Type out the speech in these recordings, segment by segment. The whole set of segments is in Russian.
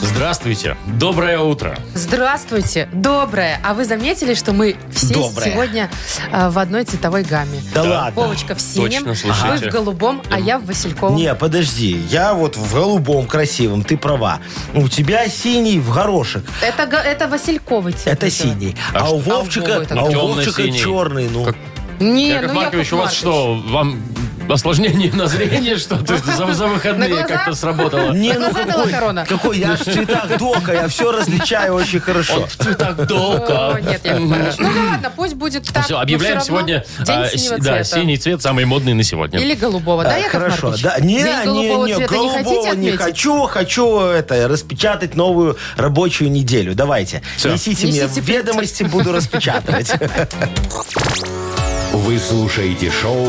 Здравствуйте. Доброе утро. Здравствуйте, доброе. А вы заметили, что мы все Доброе. сегодня э, в одной цветовой гамме? Да ладно. Вовочка в синем, Точно, слушайте. вы в голубом, а я в васильковом. Не, подожди, я вот в голубом красивом, ты права. У тебя синий в горошек, Это, го- это васильковый цвет. это синий. А А, что- а у у кого Вовчика, это а у такое? Вовчика Темно-синий. черный, ну. Как- Не, Яков ну Маркович, у вас Маркович. что, вам осложнение на зрение что-то за, за На выходные глаза? как-то сработало? Не, ну на глаза дала корона? какой, я ж в цветах дока, я все различаю очень Он хорошо. в цветах О, долго. нет, Яков Маркович. Ну да ладно, пусть будет так. Все, но А объявляем всё равно сегодня День а, с- синего да, цвета. синий цвет, самый модный на сегодня. Или голубого, да, Э, Яков Хорошо, Маркович? да. Не, День не, голубого не, цвета не голубого хотите не отметить? хочу, хочу это, распечатать новую рабочую неделю. Давайте, Всё. несите мне Несите плитку. ведомости, буду распечатывать. Вы слушаете шоу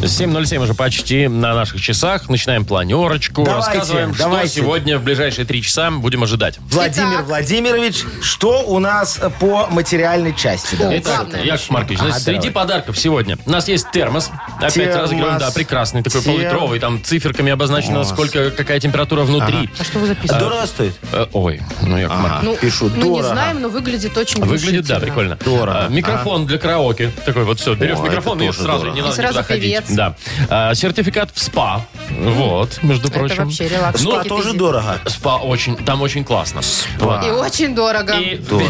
7.07 уже почти на наших часах. Начинаем планерочку. Давайте, Рассказываем, давайте. что сегодня в ближайшие три часа будем ожидать. Владимир Итак. Владимирович, что у нас по материальной части? О, давайте? Итак, главное Яков Маркович, значит, А, среди давай. подарков сегодня у нас есть термос. Опять Термос. разыгрываем, да, прекрасный, такой Термос. полулитровый. Там циферками обозначено, сколько, какая температура внутри. А что вы записываете? Дорого стоит? Э, Ой, ну, Яков Маркович. Ну, пишу, мы не дорого. знаем, но выглядит очень Выглядит, да, внушительно. прикольно. Дорого. А, Микрофон для караоке. Такой вот все. Берешь О, микрофон это и тоже сразу дорого. не надо И сразу никуда ходить. певец. Да. А, Сертификат в спа. Вот, между Это прочим. вообще релакс. Ну, Что, Какие-то а тоже зим- дорого? Спа очень, там очень классно. Вот. И очень дорого. И, Дорого.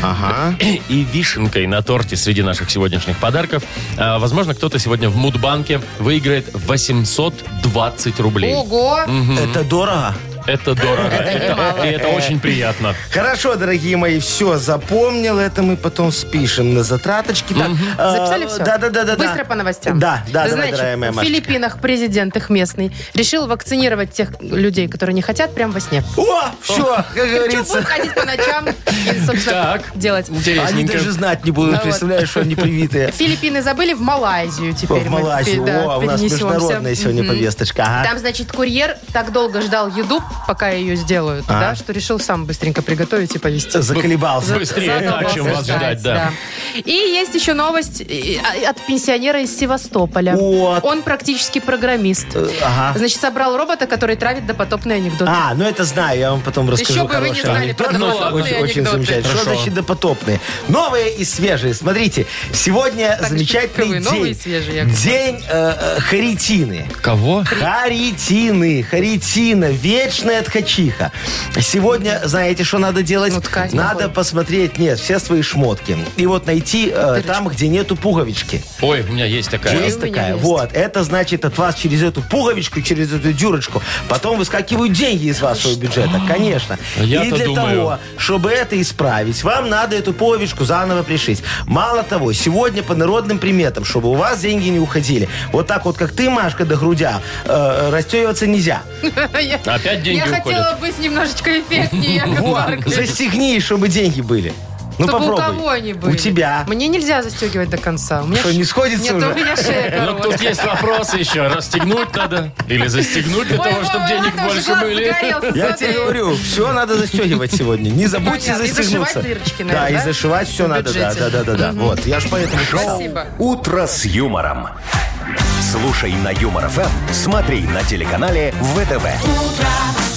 Ага. и вишенкой на торте среди наших сегодняшних подарков. а, возможно, кто-то сегодня в Мудбанке выиграет 820 рублей. Ого! Это дорого? Это дорого. Это- И это очень приятно. Хорошо, дорогие мои, все, запомнил это, мы потом спишем на затраточки. Так, э, Записали все? Да, да, да, да. Быстро по новостям. Да, да, давай, Значит, дорогая моя в Машечка. Филиппинах президент их местный решил вакцинировать тех людей, которые не хотят, прямо во сне. О, все, как Что говорится. будут ходить по ночам и, собственно, Так. делать? Они Интересненько. даже знать не будут, Да вот. представляешь, что они привитые. Филиппины забыли, в Малайзию теперь В мы Малайзии. пе- да, О, а у нас перенесемся. международная сегодня Мгм. повесточка. Ага. Там, значит, курьер так долго ждал еду, пока ее сделают, да, что решил сам быстренько приготовить и повезти. Заколебался. Быстрее Задолбался так, чем вас ждать, да. да. И есть еще новость э, э, от пенсионера из Севастополя. Вот. Он практически программист. Э, Ага. Значит, собрал робота, который травит допотопные анекдоты. А, ну это знаю, я вам потом расскажу. Еще бы вы не хороший знали анекдот. про Ну, допотопные ладно, Очень, очень анекдоты. замечательно. Что Хорошо. значит допотопные? Новые и свежие. Смотрите, сегодня же замечательный каковы, день. новые и свежие, Яков День э, э, Харитины. Кого? Харитины, Харитина, вечная ткачиха. Сегодня, знаете, что надо делать? Ну, ткать надо какой. посмотреть, нет, все свои шмотки. И вот найти э, Дырочку. там, где нету пуговички. Ой, у меня есть такая. Есть? Есть у меня такая. есть. Вот, это значит от вас через эту пуговичку, через эту дюрочку, потом выскакивают деньги из Ну вашего бюджета, конечно. И Я-то для думаю. того, чтобы это исправить, вам надо эту пуговичку заново пришить. Мало того, сегодня по народным приметам, чтобы у вас деньги не уходили, вот так вот, как ты, Машка, до грудя, э, расстегиваться нельзя. Я- Опять деньги Я хотела уходят. быть немножечко эффектнее, Яков Маркович. Застегни, чтобы деньги были. Ну Чтобы у попробуй. кого они были. У тебя. Мне нельзя застегивать до конца. У меня Что, ш- не сходится Нет, уже? у меня шея Но Ну, тут короткая. есть вопрос еще. Расстегнуть надо или застегнуть для Ой, того, чтобы Вова, денег ладно, уже больше глаз были. загорелся, Я смотри. тебе говорю, все надо застегивать сегодня. Не забудьте Понятно. И застегнуться. зашивать дырочки, да, наверное, и да? зашивать все В надо. Да, бюджете. да, да, да, да. Вот. Я ж поэтому шел. Спасибо. «Утро с юмором». Слушай на Юмор ФМ, смотри на телеканале ВТВ.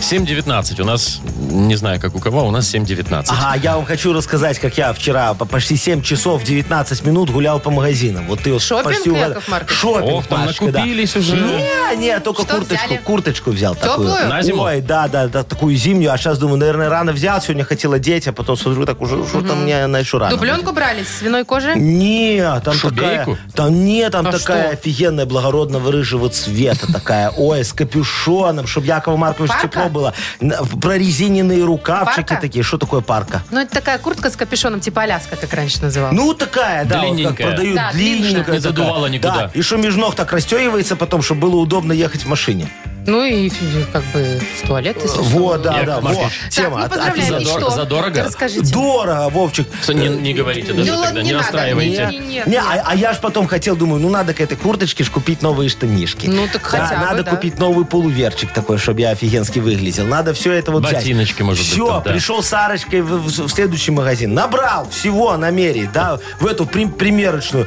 7.19 у нас, не знаю, как у кого, у нас 7.19. Ага, я вам хочу рассказать, как я вчера по- почти 7 часов 19 минут гулял по магазинам. Вот ты вот Шопинг, почти угадал. Яков Маркович? Шопинг, Ох, там Машка, да. накупились уже. Ну, Не, не, только Что курточку, взяли? курточку взял Теплую? такую. На зиму? Ой, да, да, да, такую зимнюю. А сейчас думаю, наверное, рано взял, сегодня хотела деть, а потом смотрю, так уже, что там мне на еще рано. Дубленку брали с свиной кожи? Не, там Шубейку? такая... Там нет, там А такая что? офигенная благородного рыжего цвета такая. Ой, с капюшоном, чтобы Якову Марковичу Парка? тепло было. На- Прорезиненные рукавчики Парка? такие. Что такое парка? Ну, это такая куртка с капюшоном, типа Аляска, как раньше называлась. Ну, такая, да, вот как Длинненькая. продают Да, длинная. длинненькая. Чтоб не такая. задувало никуда. Да, и что между ног так расстегивается потом, чтобы было удобно ехать в машине. Ну и ф- как бы в туалет, если что. Вот, да, Яков да, Маркович. вот. Так, Тема. Так, ну от- от- поздравляем, и задор- что? задорого? Расскажите. Дорого, Вовчик. Что, не, не говорите даже Ну ладно, тогда, не, не надо. расстраивайте. Не, Нет, Не, нет. а, а я ж потом хотел, думаю, ну надо к этой курточке ж купить новые штанишки. Ну, так Да, хотя бы, Надо да. купить новый полуверчик такой, чтобы я офигенски выглядел. Надо все это вот взять. Ботиночки, может быть, Все, там, да. пришел с Арочкой в, в- в следующий магазин. Набрал всего на мере, да, в эту прим- примерочную.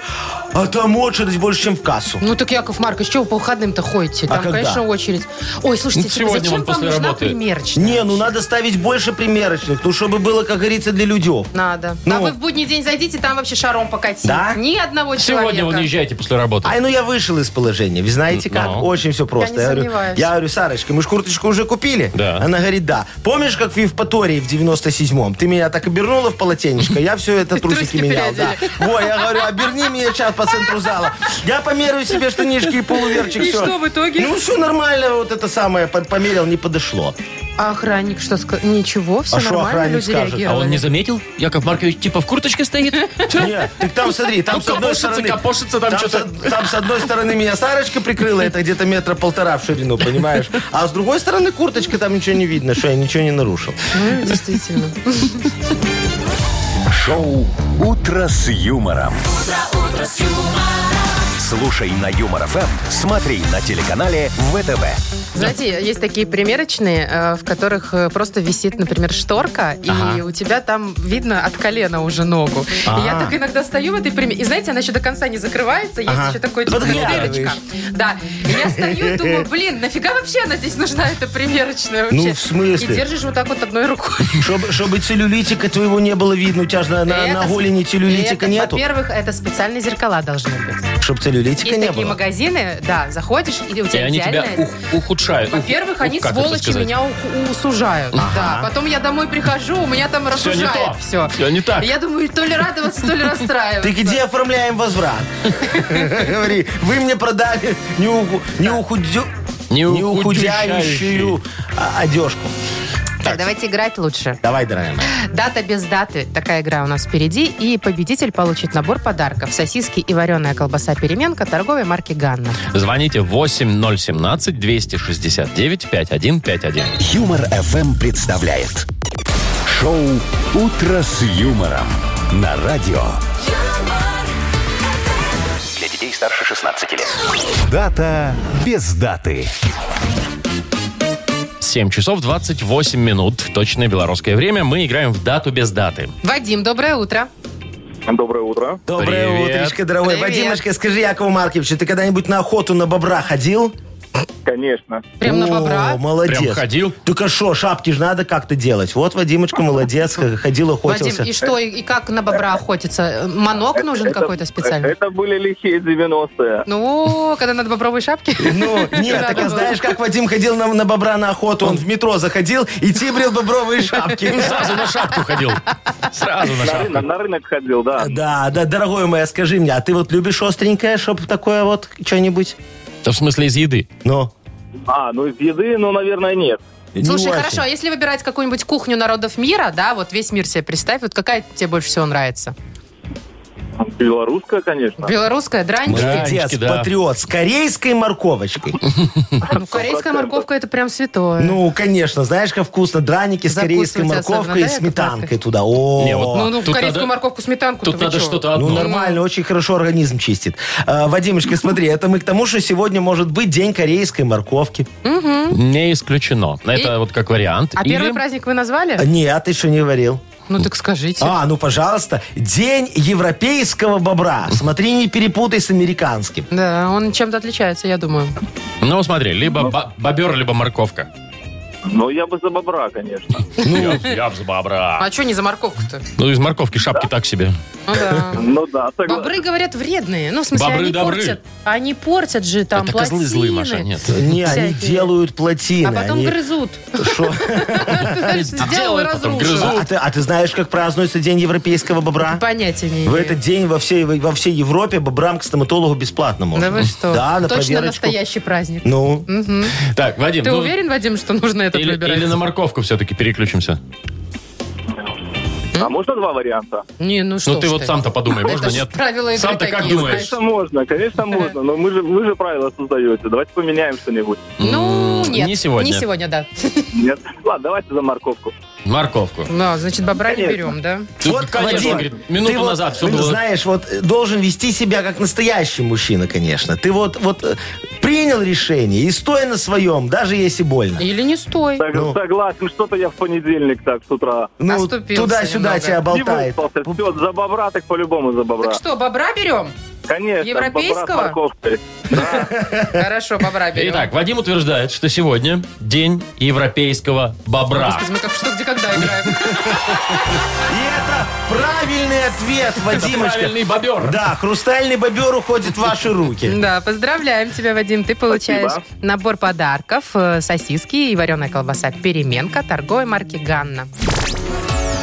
А там очередь больше, чем в кассу. Ну так, Яков Маркович, чего вы по выходным-то ходите? Там, когда? конечно, очередь. Ой, слушайте, Ну, типа, сегодня зачем вон после вам нужна работы. примерочная? Не, ну надо ставить больше примерочных, ну чтобы было, как говорится, для людей. Надо. Ну. А вы в будний день зайдите, там вообще шаром покатите. Да? Ни одного Сегодня человека. вы не езжайте после работы. Ай, ну я вышел из положения. Вы знаете как? Ну. Очень все просто. не говорю, сомневаюсь. я говорю, Сарочка, мы ж курточку уже купили? Да. Она говорит, да. Помнишь, как в Евпатории в 97-м? Ты меня так обернула в полотенечко, я все это трусики Трусики менял. Да. переодели. Во, я говорю, оберни меня сейчас по центру зала. Я померю себе штанишки и полуверчик. И всё. что в итоге? Ну все нормально, вот это самое, по- померил, не подошло. А охранник что сказал? Ничего, все А что нормально, охранник люди скажет? А реагировали. он не заметил? Яков Маркович типа в курточке стоит? Нет, так там смотри, там Ну, с одной копошится, стороны... копошится, там что-то. с- Там с одной стороны меня Сарочка прикрыла, это где-то метра полтора в ширину, понимаешь? А с другой стороны курточка, там ничего не видно, что я ничего не нарушил. Ну, действительно. Шоу «Утро с юмором». Слушай на Юмор ФМ, смотри на телеканале ВТВ. Знаете, есть такие примерочные, э, в которых э, просто висит, например, шторка, и у тебя там видно от колена уже ногу. И я А. так иногда стою в этой примерке. И знаете, она еще до конца не закрывается, есть Ага. еще такой типа Подглядываешь. дырочка. Да. И я стою и думаю, блин, нафига вообще она здесь нужна, эта примерочная вообще? Ну, в смысле? И держишь вот так вот одной рукой. Чтобы, чтобы целлюлитика твоего не было видно, у тебя же на, на, Это на с- голени целлюлитика это, нету. Во-первых, это специальные зеркала должны быть. Чтобы целлюлитика Есть не такие было. магазины, да, заходишь, и у И тебя они тебя идеальная ух- ухудшают. Ух- Во-первых, ух, они, как это сволочи, сказать? меня ух- у- сужают. Да. Потом я домой прихожу, у меня там Всё не разужает то. все. Всё не так. Я думаю, то ли радоваться, то ли расстраиваться. Ты где оформляем возврат? Говори, вы мне продали не уху- не ухудю- Неухудяющую. неухудяющую а, одежку. Так, давайте играть лучше. Давай, дорогая моя. Дата без даты. Такая игра у нас впереди. И победитель получит набор подарков. Сосиски и вареная колбаса «Переменка» торговой марки «Ганна». Звоните 8017-269-5151. Юмор ФМ представляет шоу Утро с юмором на радио. Для детей старше 16 лет. Дата без даты. 7 часов 28 минут. Точное белорусское время. Мы играем в дату без даты. Вадим, доброе утро. Доброе утро. Доброе Привет. утречко, дорогой. Привет. Вадимочка, скажи, Якову Марковичу, ты когда-нибудь на охоту на бобра ходил? Конечно. Прям на О, бобра. молодец. Прям ходил? Только что, шапки же надо как-то делать. Вот Вадимочка молодец, х- ходил, Вадим, охотился. и что, и, и как на бобра охотиться? Манок нужен Это- какой-то специальный? Это были лихие 90-е. Ну, когда надо бобровые шапки? Ну, нет, Надо так а было. знаешь, как Вадим ходил на, на бобра на охоту? Он в метро заходил и тибрил бобровые шапки. Сразу на шапку ходил. Сразу на На, рынок- шапку. на рынок ходил, да. Да, да, дорогой мой, а скажи мне, а ты вот любишь остренькое, чтоб такое вот что-нибудь? Да в смысле из еды. Ну, А, ну из еды, ну, наверное, нет. не Слушай, очень. хорошо, а если выбирать какую-нибудь кухню народов мира, да, вот весь мир себе представь, вот какая тебе больше всего нравится? Белорусская, конечно. Белорусская, дранчики? Молодец, Дранечки, да. патриот, с корейской морковочкой. Ну, корейская морковка это прям святое. Ну, конечно, знаешь, как вкусно. Драники с корейской Закусывать особенно, морковкой и да, сметанкой Яков туда. О, Не, вот Ну, ну, в а Тут корейскую надо- морковку сметанку Тут надо что-то Ну, одно. нормально, очень хорошо организм чистит. А, Вадимочка, смотри, это мы к тому, что сегодня может быть день корейской морковки. Не исключено. Это И- вот как вариант. А Или- первый праздник вы назвали? А, Не, а ты что не говорил? Ну так скажите. А, ну, пожалуйста, день европейского бобра. Смотри, не перепутай с американским. Да, он чем-то отличается, я думаю. Ну, смотри, либо ба- бобер, либо морковка. Ну, я бы за бобра, конечно. Я, я б с бобра. А что не за морковку-то? Ну, из морковки шапки так себе. Ну да. Ну да, согласен. Бобры, говорят, вредные. Ну, в смысле, Бобры они добры. портят. Они портят же там Это козлы злые, Маша, пластины. нет. Не, они Всякие. делают плотины. А потом они- грызут. Шо? Сделал и делают, потом разрушил. грызут. А ты- а ты знаешь, как празднуется день европейского бобра? Понятия не В имею. этот день во всей, во всей Европе бобрам к стоматологу бесплатно можно. Да вы что? Да, на Точно проверочку. настоящий праздник. Ну, Мгм. Так, Вадим, Ты ну, уверен, Вадим, что нужно этот или, выбирать? или на морковку все-таки переключимся. А можно два варианта? Не, ну что ну ты ж вот сам-то подумай, Это можно, ж нет? правила игры Сам-то как такие, думаешь? Конечно, можно, конечно, можно. Но мы же, вы же правила создаете. Давайте поменяем что-нибудь. Ну, М, нет. не сегодня. Не сегодня, да. Нет? Ладно, давайте за морковку. Морковку. Ну, значит, бобра не Конечно. берем, да? Ты, конечно, Вадим, говорит, минуту ты вот, назад все ну, было. Знаешь, вот э, должен вести себя как настоящий мужчина, конечно. Ты вот, вот э, принял решение и стой на своем, даже если больно. Или не стой. Так, Ну. Согласен, что-то я в понедельник так с утра. Ну, Оступился туда-сюда немного. тебя болтает. Не Все, за бобра, так по-любому за бобра. Так что, бобра берем? Конечно, европейского? бобра с морковкой. Хорошо, бобра берем. Итак, Вадим утверждает, что сегодня день европейского бобра. Господи, мы как в что, где, когда играем. И это правильный ответ, Вадимочка. Правильный бобер. Да, хрустальный бобер уходит в ваши руки. Да, поздравляем тебя, Вадим. Ты получаешь Спасибо. набор подарков, э, сосиски и вареная колбаса «Переменка» торговой марки «Ганна».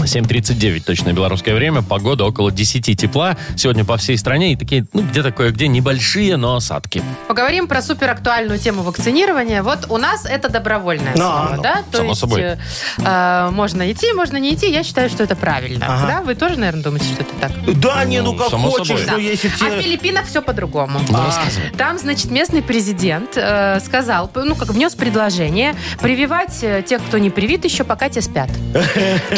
7.39, точное белорусское время. Погода около 10 тепла. Сегодня по всей стране и такие, ну, где-то кое-где небольшие, но осадки. Поговорим про суперактуальную тему вакцинирования. Вот у нас это добровольное Да, слово, ну, да? То само есть собой. э, э, можно идти, можно не идти. Я считаю, что это правильно. Ага. Да, вы тоже, наверное, думаете, что это так. Да, не, ну Ну, как само хочешь, собой. ну если А в тебе... Филиппинах все по-другому. А, Ну, рассказывай. Там, значит, местный президент э, сказал, ну, как внес предложение прививать э, тех, кто не привит, еще пока те спят. То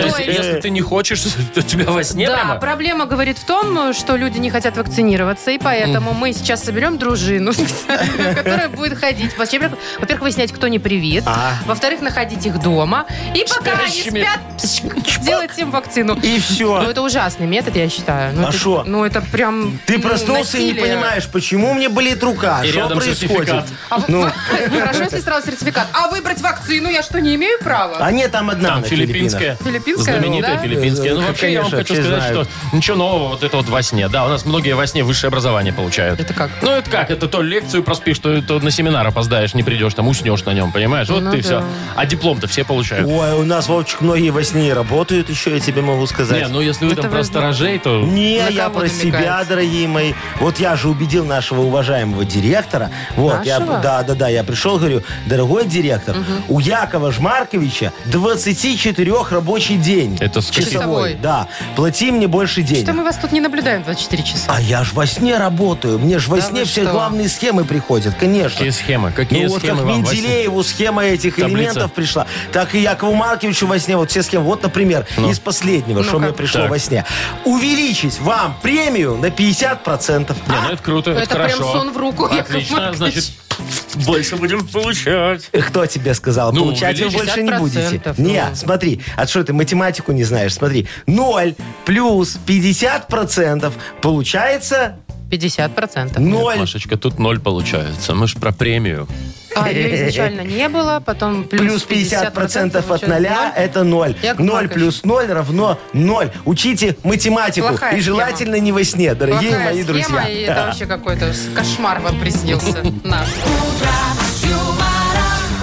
есть, есть- если ты не хочешь, то тебя во сне да, прямо... проблема говорит в том, что люди не хотят вакцинироваться, и поэтому мы сейчас соберем дружину, специальную, которая будет ходить. Во-первых, во-первых, выяснять, кто не привит. А. Во-вторых, находить их дома. И пока они Спящими. спят, делать им вакцину. И все. Ну, это ужасный метод, я считаю. Ну, А это- шо? Ну, это прям... Ты ну, проснулся и не насилие. понимаешь, почему мне болит рука, И что рядом происходит. сертификат. А вот Ну. Хорошо, если сразу сертификат. А выбрать вакцину я что, не имею права? А нет, там одна Там на Филиппинах. филиппинская. Филиппинская, Знаменитая да? филиппинская. Ну, Э, вообще, я вам конечно, хочу все сказать, знают. что ничего нового вот это вот во сне. Да, у нас многие во сне высшее образование получают. Это как? Ну, это как? Это то лекцию проспишь, то, то на семинар опоздаешь, не придешь, там уснешь на нем, понимаешь? Вот Ну ты да. все. А диплом-то все получают. Ой, у нас, Вовчик, многие во сне и работают еще, я тебе могу сказать. Не, ну если вы Это там вы про сторожей, то... Не, На я кого про намекаете? себя, дорогие мои. Вот я же убедил нашего уважаемого директора. Вот, я, Нашего? да, да, да, я пришел, говорю, дорогой директор, у Якова Жмарковича 24 рабочий день. Это с Часовой. Да. Плати мне больше денег. Что мы вас тут не наблюдаем 24 часа? А я ж во сне работаю. Мне же во Да сне вы все что? главные схемы приходят, конечно. Какие схемы? Какие ну вот как схемы вам во сне? Менделееву схема этих Таблица. элементов пришла, так и Якову Марковичу во сне вот все схемы. Вот, например, из последнего, что Ну-ка. мне пришло Ну. Так. во сне. Увеличить вам премию на А? 50%. Не, ну это круто, это, Это прям хорошо. сон в руку, Яков Отлично, Маркович. значит, больше будем получать. Кто тебе сказал? Ну, Получать вы увеличить. больше не 50%, будете. ну. Не, смотри, а что ты математику не знаешь? Смотри, 0 плюс 50% получается 50%. 0. Машечка, тут ноль получается. Мы ж про премию. А ее изначально не было, потом э, плюс плюс 50 процентов от получается ноля ноль. это 0. Яков 0 Маркович. плюс 0 равно 0. Учите математику. Плохая и схема. желательно не во сне, дорогие Плохая мои Ну, схема, друзья. и это вообще какой-то кошмар вам приснился наш.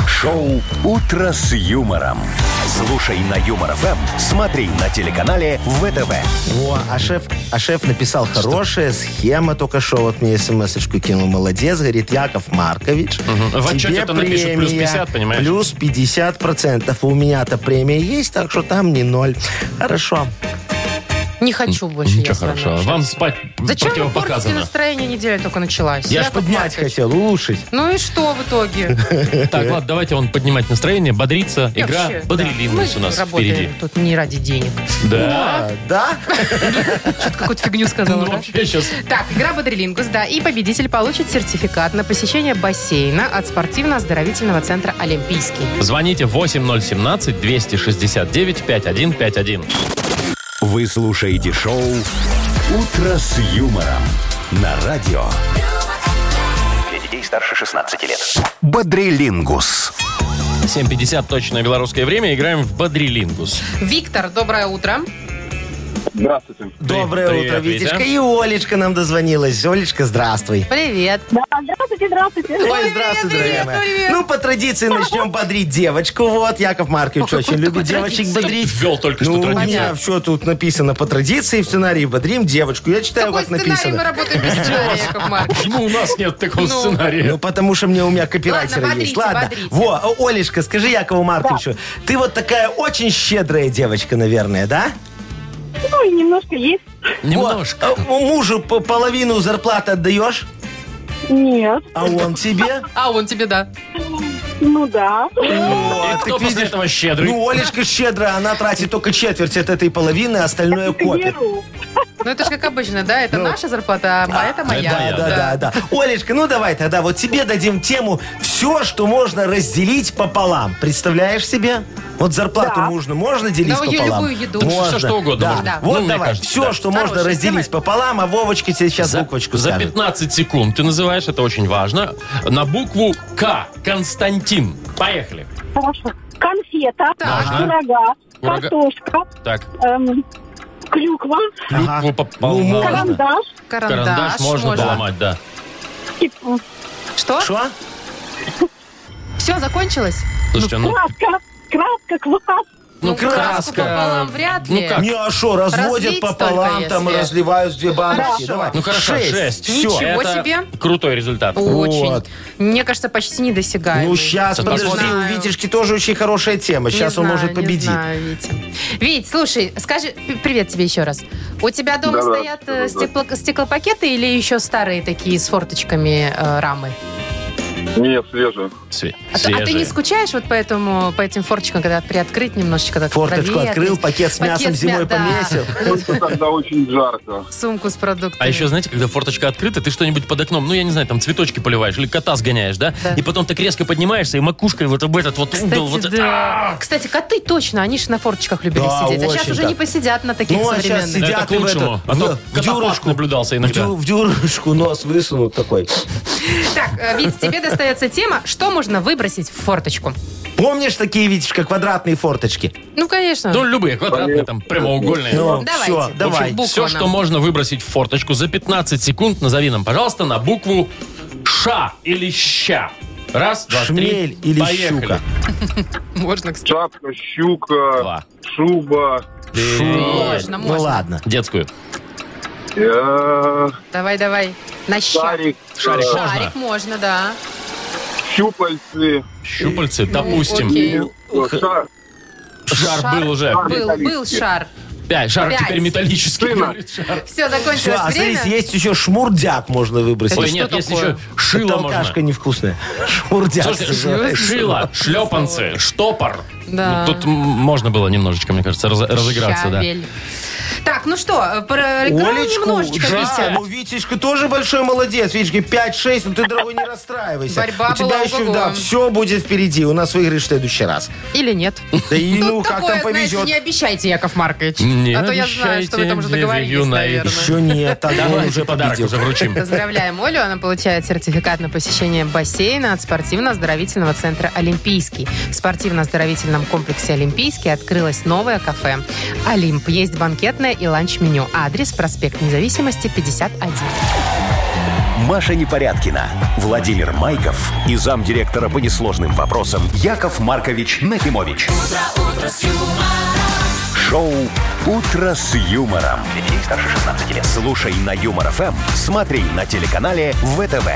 Шоу «Утро с юмором». Слушай на Юмор ФМ, смотри на телеканале ВТВ. Во, а шеф, а шеф написал хорошая схема только что. Вот мне смс-очку кинул. Молодец, говорит Яков Маркович. А В отчете тебе это напишут плюс премия 50, понимаешь? Плюс 50 процентов. У меня-то премия есть, так что там не 0. Хорошо. Не хочу больше. Ничего я с вами хорошего. общаться. Вам спать ну, Зачем вы портите противопоказано. настроение? Неделя только началась. Я ж Яков Поднять Маркович. хотел, улучшить. Ну и что в итоге? Так, ладно, давайте он поднимать настроение, бодриться. Я Игра вообще, да. бодрелинность Мы у нас работаем впереди. тут не ради денег. А? Да. Да? Что-то какую-то фигню сказала. Ну, да? вообще сейчас Так, игра «Бодрилингус», да, и победитель получит сертификат на посещение бассейна от спортивно-оздоровительного центра «Олимпийский». звоните 8017-269-5151. Вы слушаете шоу «Утро с юмором» на радио. Для детей старше 16 лет. Бодрилингус. 7.50 точное белорусское время. Играем в Бодрилингус. Виктор, доброе утро. Здравствуйте. Доброе Привет, утро, Витя. Витечка. И Олечка нам дозвонилась. Олечка, здравствуй. Привет. Да, здравствуйте, Здравствуйте, здравствуйте. Ой, здравствуй, привет, дорогая моя. привет. Ну, по традиции начнем бодрить девочку. Вот, Яков Маркович очень любит девочек бодрить. Ввел только что Ну, у традицию. меня все тут написано по традиции в сценарии. Бодрим девочку. Я читаю, Какой как сценарий мы написано. работаем без сценария, Яков Маркович? Почему у нас нет такого Ну. Ну, сценария? потому что мне у меня копирайтеры Ладно, есть. бодрите, Ладно. бодрите. Во, о, Олечка, скажи Якову Марковичу, ты вот такая очень щедрая девочка, наверное, да? Ну, и немножко есть. Немножко. Вот, э, мужу по- половину зарплаты отдаешь, Нет. а он тебе. А, он тебе, да. Ну да. И Вот, кто так после видишь, этого щедрый? Ну, Олечка щедрая, она тратит только четверть от этой половины, а остальное копит. Беру. Ну, это же как обычно, да? Это наша зарплата, а моя- это моя. да, Да, да, да. Олечка, ну давай тогда вот тебе дадим тему все, что можно разделить пополам. Представляешь себе? Вот зарплату Да. можно, можно делить Да, пополам? любую еду. Да всё, что угодно Да. можно. Да. Вот Ну, мне давай, кажется, все, да. что Хорошая можно разделить тема. пополам, а Вовочке тебе сейчас За, буквочку за скажет. 15 секунд ты называешь, это очень важно, на букву К. Константин. Поехали. Хорошо. Конфета, Ага. курага, Курага. картошка, Так, эм, клюква, Ага. клюкву пополам. Ну, можно. карандаш, Карандаш, Карандаш можно можно. поломать, да. и, м, Что? Что? Все, закончилось? Слушайте, ну, краска, краска, квас. ну, краску краска. пополам вряд Ну ли. как? Не, а что, разводят Разлить пополам, только, там если. разливают в две баночки. Хорошо. Давай. Ну хорошо, 6. Все. Ничего себе. Крутой результат. Очень. Вот. Мне кажется, почти недосягаемый. Ну, сейчас, Это подожди, точно. у Витюшки тоже очень хорошая тема. Не Сейчас он знаю, может не победить. знаю, Витя. Вить, слушай, скажи, п- привет тебе еще раз. У тебя дома Да-да. стоят э, стекло- стеклопакеты или еще старые такие с форточками э, рамы? Нет, свежую. Све- А, ты- а ты свежие. не скучаешь вот по, этому, по этим форточкам, когда приоткрыть немножечко? Так Форточку проветрить? открыл, пакет с Пакет мясом с зимой мя- да. помесил. Просто тогда очень жарко. Сумку с продуктами. А еще, знаете, когда форточка открыта, ты что-нибудь под окном, ну, я не знаю, там цветочки поливаешь или кота сгоняешь, да? Да. И потом так резко поднимаешься и макушкой вот об этот вот Кстати, угол. Вот... да. Кстати, коты точно, они же на форточках любили Да, сидеть. А сейчас очень уже так. не посидят на таких Ну, а щас современных. сидят. Это Сидят к и в лучшему. это, А то в- в котопарк дюрушку. наблюдался В иногда. дю- в дюрышку нос высунул такой. Так, э, Вить, тебе достается тема, что можно выбросить в форточку. Помнишь такие, Витюшка, квадратные форточки? Ну, конечно. Ну, любые, квадратные, там, прямоугольные. Ну, Давайте. все, Очень давай. бу- буква Все, нам. что можно выбросить в форточку за 15 секунд, назови нам, пожалуйста, на букву Ша или Ща. Раз, два, Шмель три. или Поехали. щука? Можно, кстати. Шапка, щука, Два. шуба. Можно, Ну можно. ладно. Детскую. э, Давай, давай. На ща. Шарик. Шарик э, можно? Шарик можно, да. Щупальцы. Щупальцы, Ну, допустим. окей. э, шар- Шар, был уже. Был, был шар. Пять. Шар Пять. теперь металлический. Сына. говорит, шар. Все, Все, закончилось а время. смотрите, есть еще шмурдяк можно выбросить. Ой, что нет, есть такое? еще шило можно. Толкашка невкусная. Шмурдяк. Слушайте, ш- называется. шило, шлепанцы, штопор. Да. Ну, тут м- можно было немножечко, мне кажется, раз- разыграться, да. Щавель. Так, ну что, про рекламу Олечку, немножечко, да, Витя. ну Витечка тоже большой молодец. Витечка, 5-6, ну ты, дорогой, не расстраивайся. Борьба У тебя была еще, ого-го. да, все будет впереди. У нас выиграешь в следующий раз. Или нет. Да и ну, Тут как такое, там знаете, повезет. не обещайте, Яков Маркович. Не а то я знаю, что вы там уже обещайте, договорились, Юна, и наверное. Еще нет, тогда он Давайте уже подарок победил. уже вручим. Поздравляем Олю. Она получает сертификат на посещение бассейна от спортивно-оздоровительного центра «Олимпийский». В спортивно-оздоровительном комплексе «Олимпийский» открылось новое кафе. «Олимп». Есть банкетное и ланч-меню. Адрес проспект Независимости, 51. Маша Непорядкина, Владимир Майков и замдиректора по несложным вопросам Яков Маркович Нахимович. Шоу Утро с юмором. Для детей старше 16 лет. Слушай на юмор ФМ, смотри на телеканале ВТВ.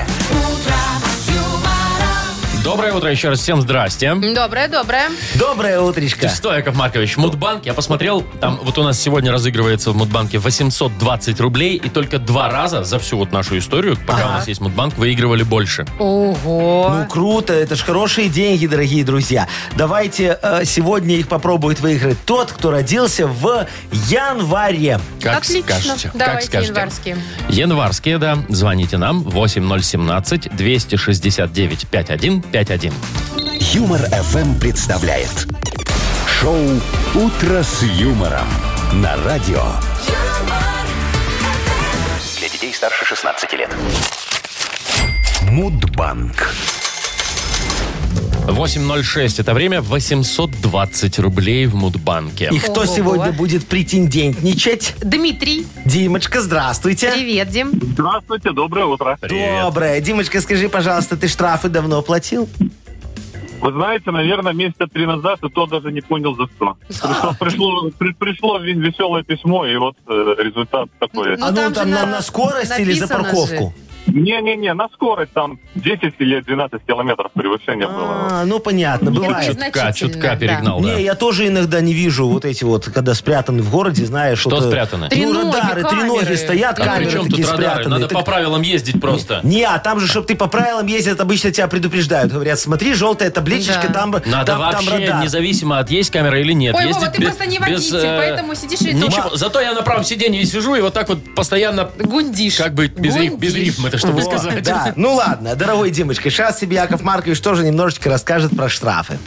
Доброе утро еще раз. Всем здрасте. Доброе, доброе. Доброе Ты утречко. что, Яков Маркович, Мудбанк, я посмотрел, там вот у нас сегодня разыгрывается в Мудбанке 820 рублей, и только два раза за всю вот нашу историю, пока у нас есть Мудбанк, выигрывали больше. Ого. Ну, круто, это ж хорошие деньги, дорогие друзья. Давайте э, сегодня их попробует выиграть тот, кто родился в январе. Как Отлично. скажете. как Давайте скажете. январские. Январские, да. Звоните нам 8017-269-5151. Юмор ФМ представляет. Шоу Утро с юмором на радио. Для детей старше 16 лет. Мудбанк. 8.06 это время, 820 рублей в Мудбанке. И кто Ого-го. сегодня будет претендентничать? Дмитрий, Димочка, здравствуйте. привет, Дим. Здравствуйте, доброе утро. Доброе. Димочка, скажи, пожалуйста, ты штрафы давно платил? Вы знаете, наверное, месяца три назад, и то даже не понял за что. Пришло, пришло, при- пришло в- веселое письмо, и вот э, результат такой. Ну, а ну там там, же на, на- на скорость или за написано парковку? Не-не-не, на скорость там 10 или 12 километров превышения было. А, ну понятно, бывает. Чутка, чутка Незначительно, перегнал, да. Не, я тоже иногда не вижу вот эти вот, когда спрятаны в городе, знаешь, Что вот, э, спрятаны? Ну, Треноги, радары, камеры. три ноги стоят, А при камеры чем такие тут радары? спрятаны. Надо Так- по правилам ездить просто. Не, а там же, чтобы ты по правилам ездил, обычно тебя предупреждают. Говорят, смотри, желтая табличечка, Да. там, Надо там, там вообще, радар. независимо от есть камера или нет. Ой, ездить Вова, ты без- просто не без, водитель, э, поэтому сидишь и ничего. Зато я на правом сиденье сижу и вот так вот постоянно тут гундишь. как бы без, риф- без Гундишь. рифма, это чтобы Вот, сказать. да. Ну ладно, дорогой Димочка, сейчас тебе Яков Маркович тоже немножечко расскажет про штрафы.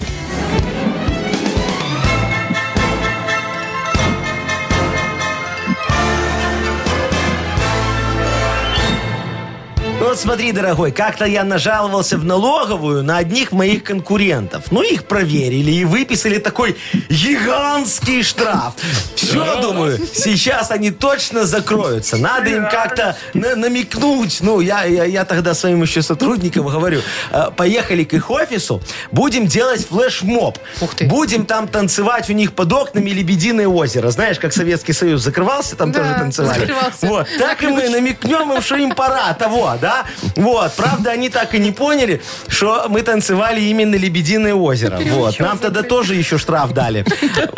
Ну Вот смотри, дорогой, как-то я нажаловался в налоговую на одних моих конкурентов. Ну, их проверили и выписали такой гигантский штраф. Все, думаю, сейчас они точно закроются. Надо им как-то на- намекнуть. Ну, я, я, я тогда своим еще сотрудникам говорю, «Э, поехали к их офису, будем делать флешмоб. Ух ты. Будем там танцевать у них под окнами «Лебединое озеро». Знаешь, как Советский Союз закрывался, там Да, тоже танцевали. закрывался. Вот, так и мы намекнем им, что им пора а того, да? Вот, правда, они так и не поняли, что мы танцевали именно «Лебединое озеро». Вот, нам тогда тоже еще штраф дали.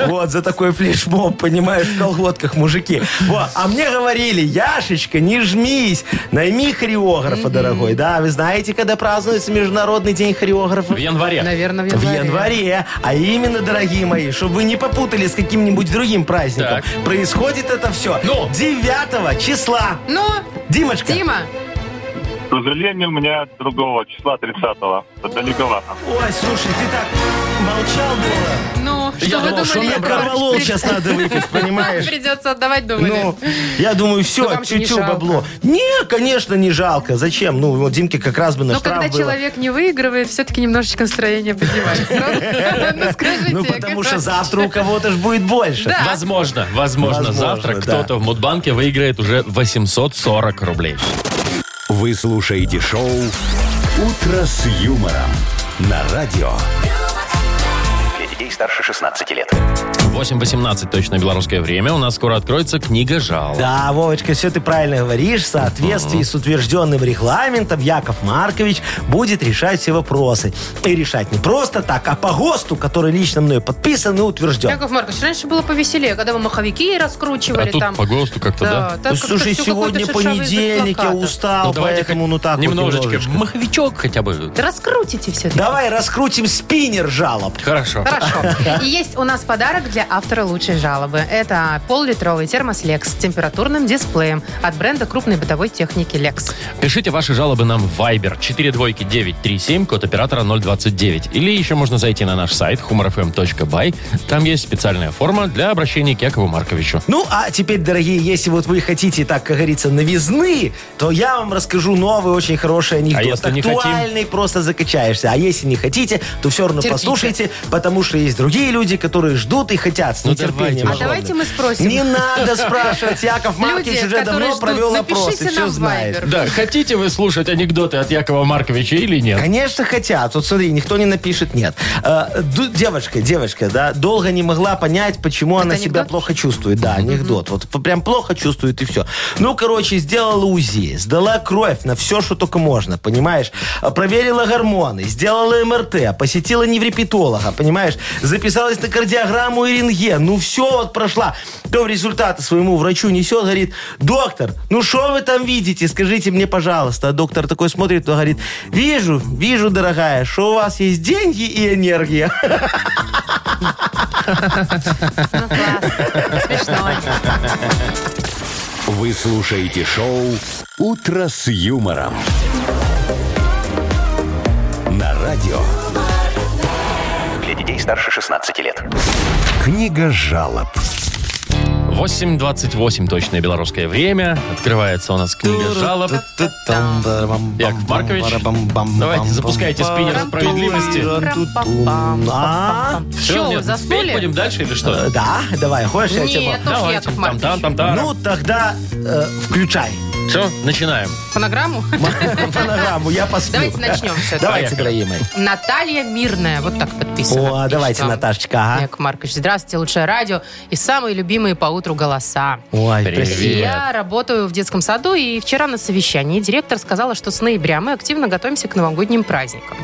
Вот, за такой флешмоб, понимаешь, в колготках мужики. Вот, а мне говорили, Яшечка, не жмись, найми хореографа, дорогой. Да, вы знаете, когда празднуется Международный день хореографа? В январе. Наверное, в В январе. январе, а именно, дорогие мои, чтобы вы не попутали с каким-нибудь другим праздником, Так. происходит это все Ну? 9 числа. Ну, Димочка. Дима, К сожалению, у меня другого числа 30-го. Далековато. Ой, слушай, ты так молчал, было. ну, что вы думал, что думали? Я мне брат, корвалол сейчас надо выпить, понимаешь? Придется отдавать, думали. Ну, я думаю, Ну, все, вам же не обчутил жалко. бабло. Не, конечно, не жалко. Зачем? Ну, вот Димке как раз бы на Но штраф когда было. человек не выигрывает, все-таки немножечко настроение поднимается. Ну, скажите. Ну, потому что завтра у кого-то ж будет больше. Да. Возможно, возможно, Возможно, завтра да. кто-то в Мудбанке выиграет уже 840 рублей. Вы слушаете шоу «Утро с юмором» на радио. Для детей старше 16 лет. 8.18 точно белорусское время. У нас скоро откроется книга жалоб. Да, Вовочка, все ты правильно говоришь. В соответствии с утвержденным регламентом Яков Маркович будет решать все вопросы. И решать не просто так, а по ГОСТу, который лично мной подписан и утвержден. Яков Маркович, раньше было повеселее, когда вы маховики А раскручивали тут там. по ГОСТу как-то, да? там как-то Ну, Слушай, всё какой-то сегодня шершавый язык понедельник, я плаката. устал, поэтому хоть ну так вот немножечко. немножечко. Маховичок хотя бы. Да Раскрутите все. Давай раскрутим спиннер жалоб. Хорошо. Хорошо. И есть у нас подарок для автора лучшей жалобы. Это пол-литровый термос Lex с температурным дисплеем от бренда крупной бытовой техники Lex. Пишите ваши жалобы нам в Viber 42937, код оператора 029. Или еще можно зайти на наш сайт humorfm.by. Там есть специальная форма для обращения к Якову Марковичу. Ну, а теперь, дорогие, если вот вы хотите, так, как говорится, новизны, то я вам расскажу новый, очень хороший анекдот. А если не хотим? Актуальный, просто закачаешься. А если не хотите, то все равно Терпите. послушайте, потому что есть другие люди, которые ждут и хотят с Ну, нетерпением. давайте. А огромным. давайте мы спросим. Не надо спрашивать. Яков Маркович Люди, уже которые давно ждут, провел опрос и напишите все нам в знает. Viber. Да, хотите вы слушать анекдоты от Якова Марковича или нет? Конечно, хотят. Вот смотри, никто не напишет нет. Э, ду- девочка, девочка, да, долго не могла понять, почему она себя анекдот? плохо чувствует. Да, анекдот. Вот п- прям плохо чувствует и все. Ну, короче, сделала УЗИ, сдала кровь на все, что только можно, понимаешь? А, Проверила гормоны, сделала МРТ, посетила неврепетолога, понимаешь? Записалась на кардиограмму и рентген. Ну, все вот прошла. То в результаты своему врачу несет, говорит, доктор, ну что вы там видите? Скажите мне, пожалуйста. А доктор такой смотрит, то говорит, вижу, вижу, дорогая, что у вас есть деньги и энергия. Ну, класс. Смешно. Вы слушаете шоу «Утро с юмором» на радио. Для детей старше 16 лет. Книга жалоб. 8.28 точное белорусское время. Открывается у нас Книга жалоб. Яков Яков Маркович, давайте, запускайте спиннер справедливости. А? Всё, Всё, нет, заснули? петь будем дальше или Э, что? Да, давай, хочешь, я тебе... Нет, уж пом- Давайте. Яков Маркович. Ну, Там, там, там. Ну, тогда э, включай Все, начинаем. Фонограмму? фонограмму, я посплю. Давайте начнем всё-таки. Давайте, дорогие мои. Наталья Мирная, вот так подписано. О, давайте, Наташечка, А? ага. Яков Маркович, здравствуйте, лучшее радио и самые любимые по утру голоса. Ой, Привет. прости. Я работаю в детском саду, и вчера на совещании директор сказала, что с ноября мы активно готовимся к новогодним праздникам.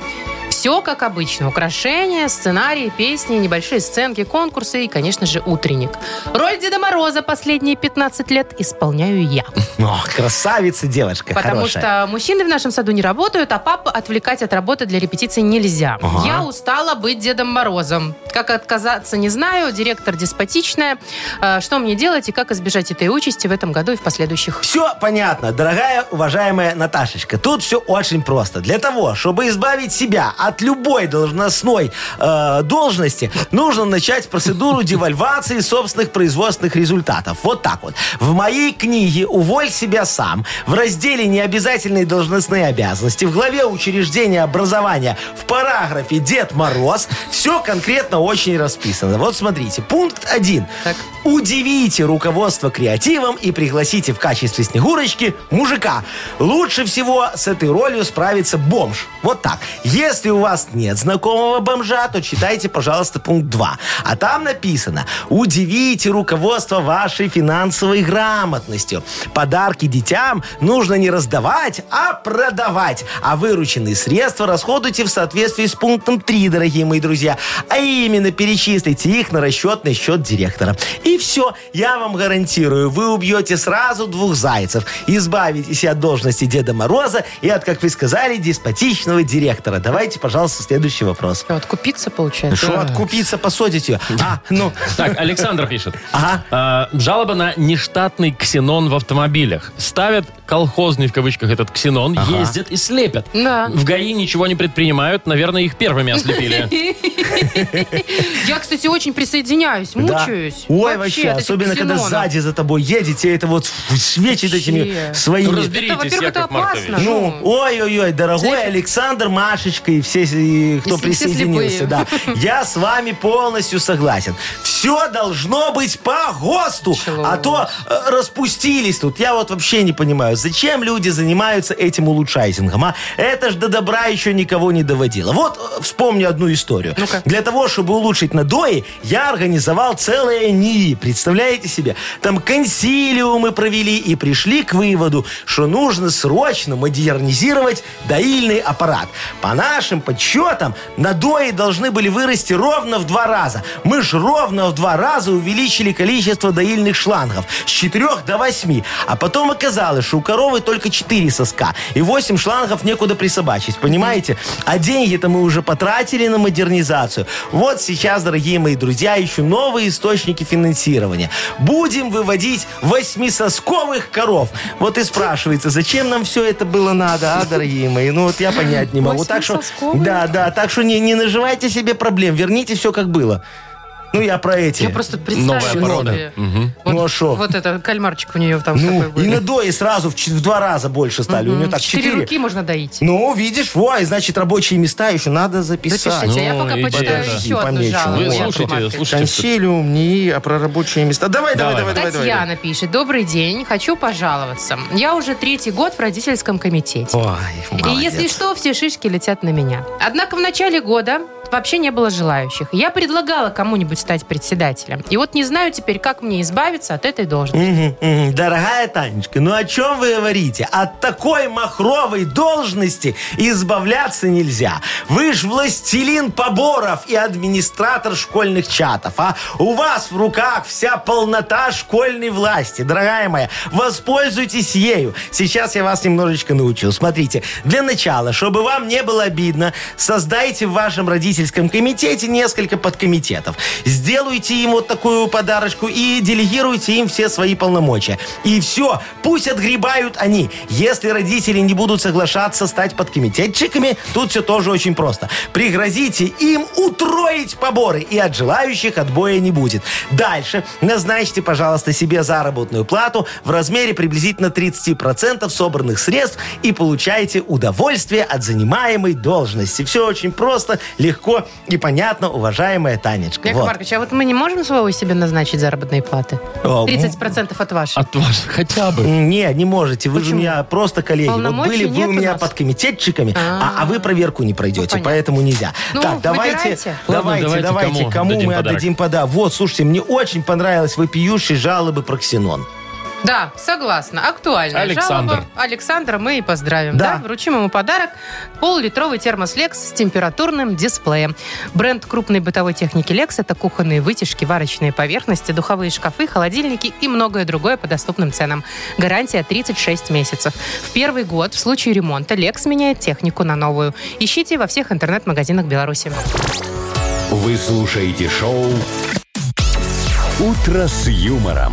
Все как обычно. Украшения, сценарии, песни, небольшие сценки, конкурсы и, конечно же, утренник. Роль Деда Мороза последние 15 лет исполняю я. Ох, красавица девочка Потому хорошая. что мужчины в нашем саду не работают, а папу отвлекать от работы для репетиции нельзя. Ага. Я устала быть Дедом Морозом. Как отказаться, не знаю. Директор деспотичная. Э, Что мне делать и как избежать этой участи в этом году и в последующих? Все понятно, дорогая, уважаемая Наташечка. Тут все очень просто. Для того, чтобы избавить себя от любой должностной э, должности, нужно начать процедуру девальвации собственных производственных результатов. Вот так вот. В моей книге «Уволь себя сам» в разделе «Необязательные должностные обязанности» в главе «Учреждение образования» в параграфе «Дед Мороз» все конкретно очень расписано. Вот смотрите. Пункт 1. Так. Удивите руководство креативом и пригласите в качестве снегурочки мужика. Лучше всего с этой ролью справится бомж. Вот так. Если у вас нет знакомого бомжа, то читайте, пожалуйста, пункт 2. А там написано, удивите руководство вашей финансовой грамотностью. Подарки детям нужно не раздавать, а продавать. А вырученные средства расходуйте в соответствии с пунктом 3, дорогие мои друзья. А именно перечислите их на расчетный счет директора. И все, я вам гарантирую, вы убьете сразу двух зайцев. Избавитесь от должности Деда Мороза и от, как вы сказали, деспотичного директора. Давайте, пожалуйста, следующий вопрос. Что, откупиться получается? Что откупиться, посадить ее? А, ну, Так, Александр пишет. ага. А, Жалоба на нештатный ксенон в автомобилях. Ставят колхозный, в кавычках, этот ксенон, ездят и слепят. Ну Да. В ГАИ ничего не предпринимают, наверное, их первыми ослепили. Я, кстати, очень присоединяюсь, Да. мучаюсь. Ой, вообще, от этих особенно когда ксенонов. сзади за тобой едете, это вот фу, свечит Вообще. этими Ну, своими. Это, Беритесь, во-первых, это Яков Маркович. опасно. Ну, ой-ой-ой, дорогой Слепит. Александр, Машечка и все, и кто Если все присоединился, слепые. да. Я с вами полностью согласен. Все должно быть по ГОСТу, Чего а то э, распустились тут. Я вот вообще не понимаю, зачем люди занимаются этим улучшайзингом, а? Это ж до добра еще никого не доводило. Вот э, вспомню одну историю. Для того, чтобы улучшить надои, я организовал целое НИИ, представляете себе? Там консилиумы провели и пришли к выводу, что нужно срочно модернизировать доильный аппарат. По нашим подсчетам, надои должны были вырасти ровно в два раза. Мы ж ровно в два раза увеличили количество доильных шлангов с 4 до 8. А потом оказалось, что у коровы только 4 соска и 8 шлангов некуда присобачить, понимаете? А деньги-то мы уже потратили на модернизацию. Вот сейчас, дорогие мои друзья, ищу новые источники финансирования. Будем выводить восьмисосковых коров. Вот и спрашивается, зачем нам все это было надо, а, дорогие мои? Ну вот я понять не могу. Так что, Восьмисосковые? да, да, так что не, не наживайте себе проблем, верните все как было. Ну я про эти. Я просто представила Новая себе. порода. Мгм. Вот, Ну, а шо? Вот это, кальмарчик у нее там Ну, такой и был. надои сразу в, ч- в два раза больше стали. У нее так Четыре четыре. руки можно доить. Ну, видишь, во, и значит, рабочие места еще надо записать. Запишите, я Ну, пока идея, почитаю да. еще одну Помечу. жалобу. Вы Яков слушайте, Маркович. слушайте. всё. Консилиум, НИИ, а про рабочие места. Давай, давай, Давай. давай, давай. давай. Татьяна пишет. Добрый день, хочу пожаловаться. Я уже третий год в родительском комитете. Ой, И молодец. если что, все шишки летят на меня. Однако в начале года вообще не было желающих. Я предлагала кому-нибудь стать председателем. И вот не знаю теперь, как мне избавиться от этой должности. Мгм, мгм. Дорогая Танечка, ну о чем вы говорите? От такой махровой должности избавляться нельзя. Вы ж властелин поборов и администратор школьных чатов, а? У вас в руках вся полнота школьной власти, дорогая моя. Воспользуйтесь ею. Сейчас я вас немножечко научу. Смотрите, для начала, чтобы вам не было обидно, создайте в вашем родительском родительском комитете несколько подкомитетов. Сделайте им вот такую подарочку и делегируйте им все свои полномочия. И все, пусть отгребают они. Если родители не будут соглашаться стать подкомитетчиками, тут все тоже очень просто. Пригрозите им утроить поборы, и от желающих отбоя не будет. Дальше назначьте, пожалуйста, себе заработную плату в размере приблизительно 30% собранных средств и получайте удовольствие от занимаемой должности. Все очень просто, легко и понятно, уважаемая Танечка. Яков Вот. Маркович, а вот мы не можем своего себе назначить заработные платы? О, 30% от вашей. От вас хотя бы. Не, не можете. Вы же у меня просто коллеги. Вот Полномочий были вы нет у у меня нас? под комитетчиками, а, А. а вы проверку не Ну, пройдете, понятно. поэтому нельзя. Ну, так, давайте, выбирайте. Ладно, давайте, давайте, давайте, кому кому, дадим мы подарок? отдадим подарок. Вот, слушайте, мне очень понравилось вопиющие жалобы про ксенон. Да, согласна. Актуально. Александр. Александра мы и поздравим. Да. Да. Вручим ему подарок. Пол-литровый термос Lex с температурным дисплеем. Бренд крупной бытовой техники Lex – это кухонные вытяжки, варочные поверхности, духовые шкафы, холодильники и многое другое по доступным ценам. Гарантия 36 месяцев. В первый год в случае ремонта Lex меняет технику на новую. Ищите во всех интернет-магазинах Беларуси. Вы слушаете шоу «Утро с юмором»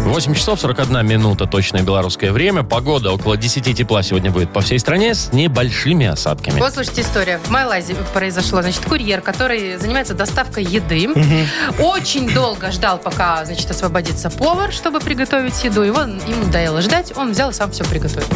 8 часов 41 минута, точное белорусское время. Погода около 10 тепла сегодня будет по всей стране с небольшими осадками. Вот, слушайте, история. В Малайзии произошла. Значит, курьер, который занимается доставкой еды, очень долго ждал, пока, значит, освободится повар, чтобы приготовить еду. Его ему надоело ждать, он взял и сам все приготовил.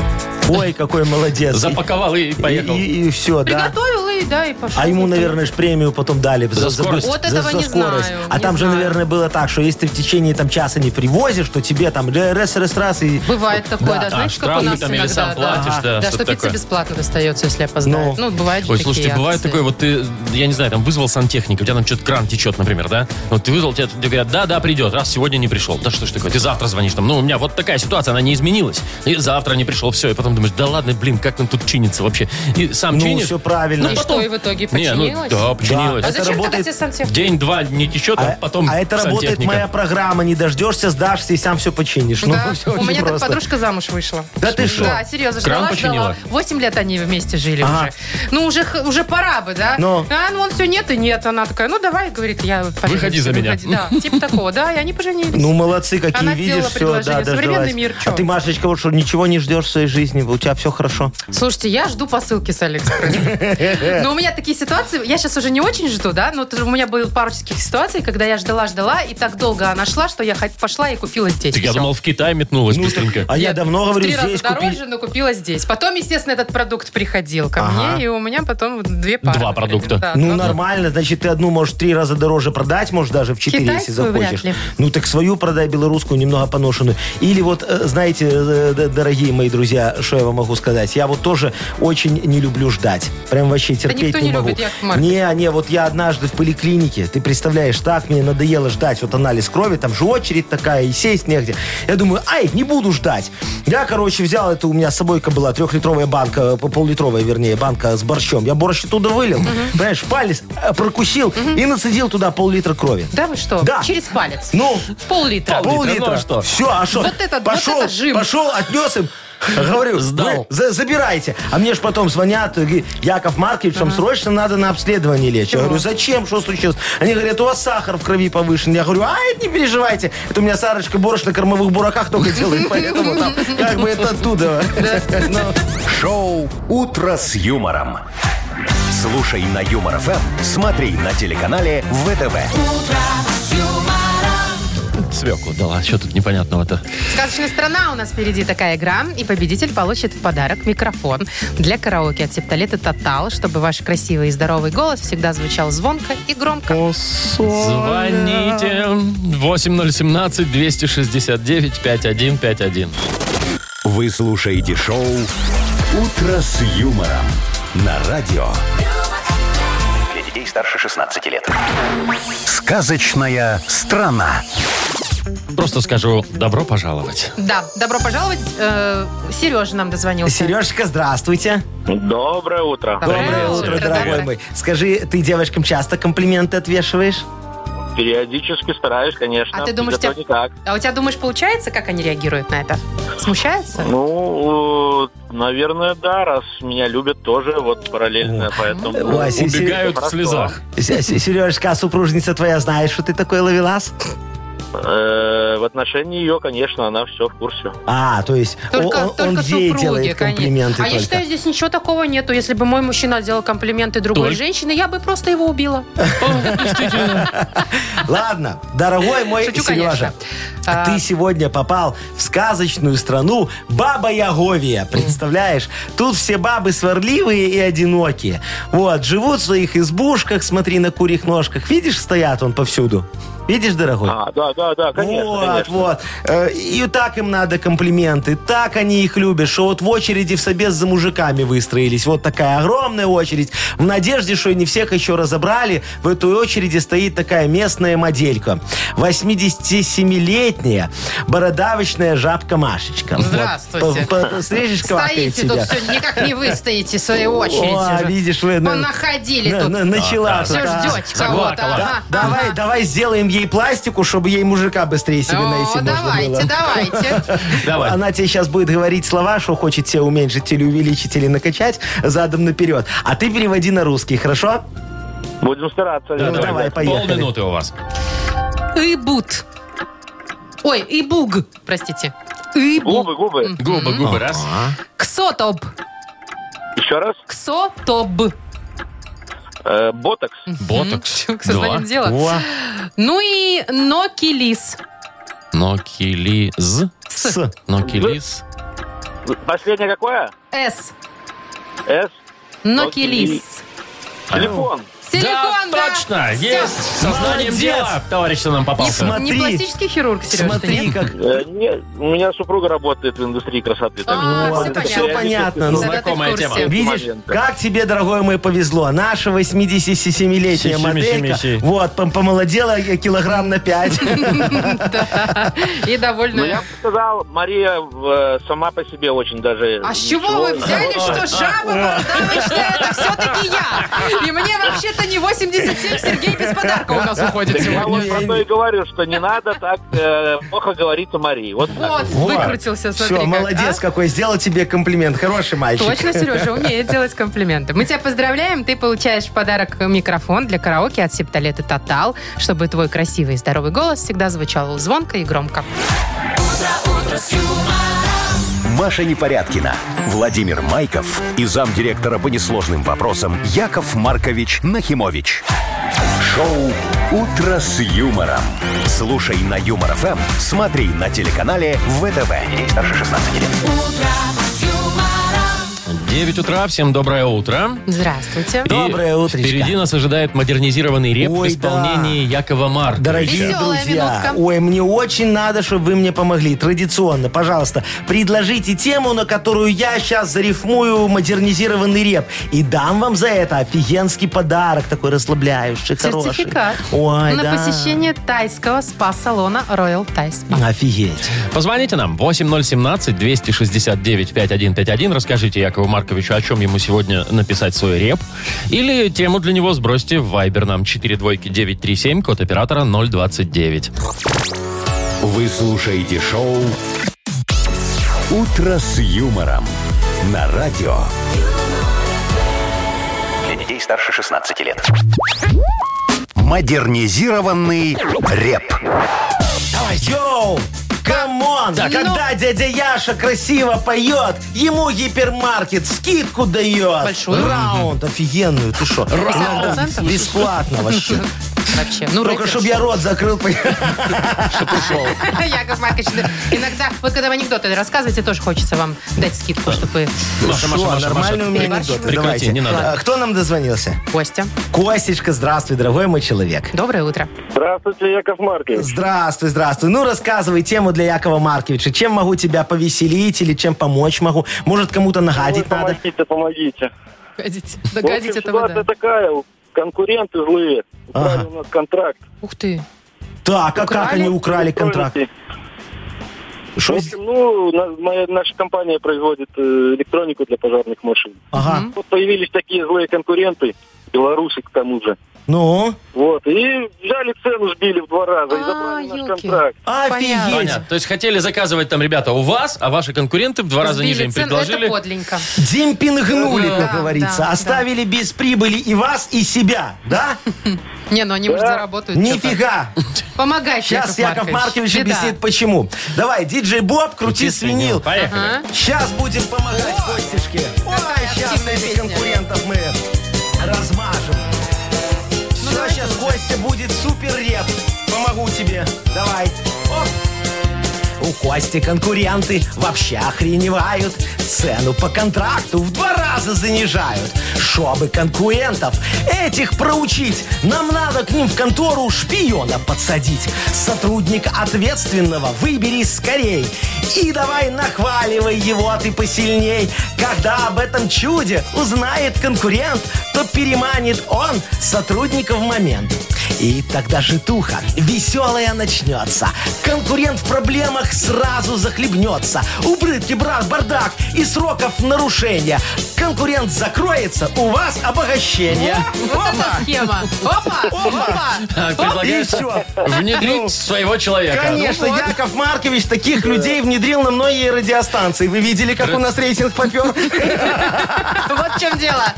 Ой, какой молодец. Запаковал и поехал. И, все, да. Приготовил и, да, и пошел. А ему, наверное, ж премию потом дали За скорость. Вот этого не скорость. знаю, а не там знаю. же, наверное, было так, что если ты в течение там часа не привозишь, то тебе там раз, раз, раз и Бывает такое, да, Да. А, знаете, как у штрафы нас там или иногда, сам да. платишь, да, да, что-то что пицца такое. бесплатно достается, если опоздает. Ну, Ну. бывает Ой, слушайте, бывает такое, Ну, вот ты, я не знаю, там вызвал сантехника, у тебя там что-то кран течет, например, да? Ну, Вот ты вызвал, тебе, тебе говорят, да, да, придет, раз сегодня не пришел. Да что ж такое, ты завтра звонишь там, ну, у меня вот такая ситуация, она не изменилась. И завтра не пришел, все, и потом думаешь, да ладно, блин, как он тут чинится вообще? И сам ну, чинишь. все правильно. И что, и в итоге Не, ну, починилось? да, А починилось. это зачем тогда работает- тебе сантехник? День-два не течет, а, потом а это работает сантехника. моя программа. Не дождешься, сдашься и сам все починишь. Да. Ну, все У очень меня так просто. подружка замуж вышла. Да ты что? Да, серьезно, Кран ждала, ждала. починила? Восемь лет они вместе жили Ага. уже. Ну, уже, х- уже пора бы, да? Ну. А, ну, он все нет и нет. Она такая, ну, давай, говорит, я поженюсь. Выходи за меня. Выходи. Да, типа такого, да, и они поженились. Ну, молодцы, какие Она сделала видишь, все, предложение. да, Современный дождалась. мир, чё? а ты, Машечка, вот что, ничего не ждешь в своей жизни, у тебя все хорошо. Слушайте, я жду посылки с Алиэкспресса. Но у меня такие ситуации, я сейчас уже не очень жду, да, но тут у меня было пару таких ситуаций, когда я ждала-ждала, и так долго она шла, что я хот- пошла и купила здесь. Так я всё. думал, в Китай метнулась Ну, так- быстренько. а я Нет, давно в говорю, три раза здесь дороже, купи. но купила здесь. Потом, естественно, этот продукт приходил ко Ага. мне, и у меня потом две пары. Два продукта. Да, Ну, два нормально, значит, ты одну можешь в три раза дороже продать, можешь даже в четыре, если Китайскую вряд захочешь. ли. Ну, так свою продай, белорусскую, немного поношенную. Или вот, э, знаете, э, д- дорогие мои друзья, что я вам могу сказать, я вот тоже очень не люблю ждать. Прям вообще терпеть никто не не могу. любит, Яков Маркович. Не, не, вот я однажды в поликлинике, ты представляешь, так мне надоело ждать, вот анализ крови, там же очередь такая, и сесть негде. Я думаю, ай, не буду ждать. Я, короче, взял, это у меня с собой была трехлитровая банка, п- поллитровая, вернее, банка с борщом. Я борщ оттуда вылил, понимаешь, палец э, прокусил и нацедил туда пол-литра крови. Да вы что? Да. Через палец. Ну, Пол-литра. ну пол-литра. а что? Все, а что? Вот это- вот пошел, это жим. пошел, отнес им. Говорю, Сдал. вы за- забирайте. А мне ж потом звонят, э, говорит, Яков Маркович, вам срочно надо на обследование лечь. Я говорю, зачем, что случилось? Они говорят, у вас сахар в крови повышен. Я говорю, а это не переживайте. Это у меня Сарочка борщ на кормовых бураках только делает, поэтому там как бы это оттуда. Шоу «Утро с юмором». Слушай на Юмор ФМ, смотри на телеканале ВТВ. Свеклу дала, что а тут непонятного-то? Сказочная страна у нас впереди такая игра. И победитель получит в подарок микрофон для караоке от септолета Тотал, чтобы ваш красивый и здоровый голос всегда звучал звонко и громко. Звоните 8017-269-5151. Вы слушаете шоу «Утро с юмором» на радио. Для детей старше 16 лет. Сказочная страна. Просто скажу, добро пожаловать. Да, добро пожаловать. Э, Сережа нам дозвонился. Сережка, здравствуйте. Доброе утро. Доброе Доброе Доброе утро, утро, дорогой. дорогой мой. Скажи, ты девочкам часто комплименты отвешиваешь? Периодически стараюсь, конечно. А ты думаешь, Зато тебя- не так. А у тебя, думаешь, получается, как они реагируют на это? Смущаются? Ну, э, наверное, да, раз меня любят тоже, вот параллельно, поэтому... Ой, Се- Се- Убегают в Хорошо. слезах. Се- Се- Сережка, а супружница твоя знает, что ты такой ловелас? Э, в отношении ее, конечно, она все в курсе. А, то есть Только, он, он- только он ей супруги, делает конечно. комплименты А я только. считаю, здесь ничего такого нету. Если бы мой мужчина делал комплименты другой Только- женщине, я бы просто его убила. Ладно, дорогой мой Шучу, Сережа, конечно. А, ты сегодня попал в сказочную страну Баба Яговия, представляешь? Тут все бабы сварливые и одинокие. Вот, живут в своих избушках, смотри, на курьих ножках. Видишь, стоят он повсюду. Видишь, дорогой? А, да, да, да, конечно, вот, конечно. вот. Э, И так им надо комплименты. Так они их любят, что вот в очереди в собес за мужиками выстроились. Вот такая огромная очередь. В надежде, что не всех еще разобрали, в этой очереди стоит такая местная моделька. 87-летняя бородавочная жабка Машечка. Вот. Здравствуйте. По- по- Слышишь, квакает Стоите тут себя. все, никак не выстоите в своей очереди. О, уже. видишь, вы... ну, на- Понаходили на- тут. на- Начала Все тут, а. ждете Заплакала. кого-то. Да, ага, давай, ага. давай сделаем ей пластику, чтобы ей мужика быстрее себе найти О, давайте, можно было. давайте. Давай. Она тебе сейчас будет говорить слова, что хочет себе уменьшить или увеличить, или накачать задом наперед. А ты переводи на русский, хорошо? Будем стараться. Ну, Лена. давай, поехали. Полминуты у вас. Ибут. Ой, ибуг, простите. Ибуг. Губы, губы. Губы, губы, раз. Ксотоб. Еще раз. Ксотоб. Э, ботокс. Ботокс, Чё, К два. сознанием дела. Во, Ну и нокилис. Нокилиз. с. Нокилиз. Последнее какое? С. С. Нокилис. А. Телефон. Силикон, да. точно, Всё. есть. Сознанием Молодец. дела, товарищ, что нам Не- попался. Смотри. Не пластический хирург, Сережа, ты Смотри, нет? как... Э, не, у меня супруга работает в индустрии красоты. так что А, Вот, всё это периодически все понятно. Да, Ну, да, ты в Знакомая курсе. тема. Видишь, момент. как тебе, дорогой мой, повезло. Наша 87-летняя Сищи, моделька, мищи, мищи. вот, пом- помолодела я килограмм на 5. Да. И Ну, я довольно... бы сказал, Мария э, сама по себе очень даже... А с чего вы взяли, что жаба бородавочная, это все-таки я? И мне вообще-то не 87, Сергей без подарка у нас уходит Я сегодня. вот про то и говорю, что не надо так э, плохо говорить о Марии. Вот так. Вот, выкрутился, смотри. Все, как, молодец а? какой. Сделал тебе комплимент. Хороший мальчик. Точно, Сережа умеет делать комплименты. Мы тебя поздравляем. Ты получаешь в подарок микрофон для караоке от Септолета Тотал, чтобы твой красивый и здоровый голос всегда звучал звонко и громко. Маша Непорядкина, Владимир Майков и замдиректора по несложным вопросам Яков Маркович Нахимович. Шоу «Утро с юмором». Слушай на Юмор ФМ, смотри на телеканале ВТВ. Ей старше 16 лет. 9 утра, всем доброе утро. Здравствуйте. И Доброе утречко. Впереди нас ожидает модернизированный реп в Ой, исполнении Якова Марка. Дорогие Веселая друзья, минутка. ой, мне очень надо, чтобы вы мне помогли. Традиционно, пожалуйста, предложите тему, на которую я сейчас зарифмую модернизированный реп. И дам вам за это офигенский подарок, такой расслабляющий, хороший. Сертификат Ой, на да. посещение тайского спа-салона Royal Thai Spa. Офигеть. Позвоните нам 8017-269-5151. Расскажите Якову Марковичу, о чем ему сегодня написать свой реп. Или тему для него сбросьте в Viber нам 42937, код оператора 029. Вы слушаете шоу «Утро с юмором» на радио. Для детей старше 16 лет. Модернизированный реп. Давай, йоу! Камон! Когда ну. дядя Яша красиво поет, ему гипермаркет скидку дает. Большую? Раунд офигенную, ты что? 50%? Бесплатно вообще. Вообще, ну, Только рэпер. чтобы я рот закрыл. Яков Маркович, да, иногда, вот когда вы анекдоты рассказываете, тоже хочется вам дать скидку, чтобы Маша, Маша, Шо, Маша, нормальный Маша. у меня Перебарщиваем. анекдот. Прекрати, Давайте. не надо. А, Кто нам дозвонился? Костя. Костечка, здравствуй, дорогой мой человек. Доброе утро. Здравствуйте, Яков Маркович. Здравствуй, здравствуй. Ну, рассказывай тему для Якова Марковича. Чем могу тебя повеселить или чем помочь могу? Может, кому-то нагадить надо? Помогите, помогите. Гадите. В общем, Догадите этого, да. ситуация такая, конкуренты злые украли у нас контракт. Ух ты. Так, а как Украли? они украли контракт? Помните? В Шо с- общем, ну, на- моя- наша компания производит э, электронику для пожарных машин. Ага. Вот появились такие злые конкуренты, белорусы к тому же. Ну? Вот. И взяли цену, сбили в два раза и А, забрали наш ёлки. контракт. Офигеть! Понятно. То есть хотели заказывать там, ребята, у вас, а ваши конкуренты в два раза Сбили ниже им цену, предложили. Это подленько. Демпингнули, Да, как говорится. да, Оставили без прибыли и вас, и себя. Да? Не, ну они, может, заработают чё-то. Нифига! Помогай, Сейчас Яков Маркович Беда. объяснит, почему. Давай, диджей Боб, крути Крути свинил. свинил. Поехали. Сейчас будем помогать Костишке. Ой, Какая сейчас активная этих песня. конкурентов мы размажем. Все, сейчас Костя будет супер реп. Помогу тебе. Давай. Оп. У Кости конкуренты вообще охреневают. Цену по контракту в два раза занижают. Чтобы конкурентов этих проучить, нам надо к ним в контору шпиона подсадить. Сотрудника ответственного выбери скорей. И давай нахваливай его а ты посильней. Когда об этом чуде узнает конкурент, то переманит он сотрудника в момент. И тогда житуха веселая начнется. Конкурент в проблемах сразу захлебнется. Убрытки, брак, бардак и сроков нарушения. Конкурент закроется, у вас обогащение. Вот эта схема. Опа! Опа! А, И Предлагаю все. внедрить Ну, своего человека. Конечно, Яков Маркович таких людей внедрил на многие радиостанции. Вы видели, как у нас рейтинг попер? Вот в чем дело.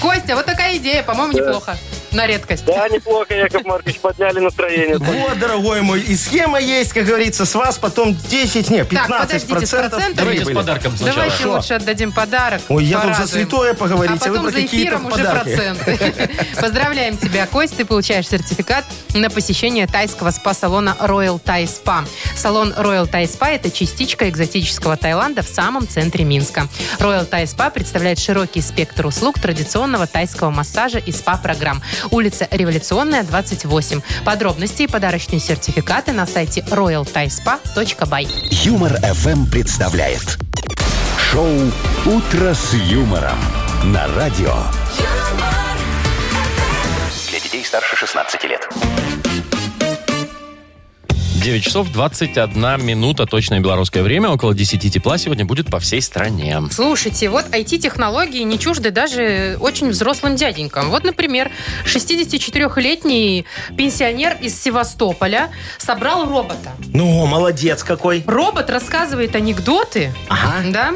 Костя, вот такая идея, по-моему, неплохо. На редкость. Да, неплохо, Яков Маркович, подняли настроение. Вот, дорогой мой, и схема есть, как говорится, с вас потом 10, не, 15% Так, подождите, с процентами? Давайте с прибыли. подарком сначала. Давайте Хорошо. лучше отдадим подарок. Ой, я тут Порадуем. за святое поговорить, А а вы потом про за какие-то эфиром уже подарки. проценты. Поздравляем тебя, Кость. Ты получаешь сертификат на посещение тайского спа-салона Royal Thai Spa. Салон Royal Thai Spa – это частичка экзотического Таиланда в самом центре Минска. Royal Thai Spa представляет широкий спектр услуг традиционного тайского массажа и спа-программ. Улица Революционная, 28. Подробности и подарочные сертификаты на сайте royalthaispa.by. Юмор FM представляет шоу Утро с юмором на радио. юмор, Для детей старше 16 лет. 9 часов 21 минута, точное белорусское время. Около 10 тепла сегодня будет по всей стране. Ну, Слушайте, вот IT-технологии не чужды даже очень взрослым дяденькам. Вот, например, 64-летний пенсионер из Севастополя собрал робота. Ну, молодец какой. Робот рассказывает анекдоты, Ага. да,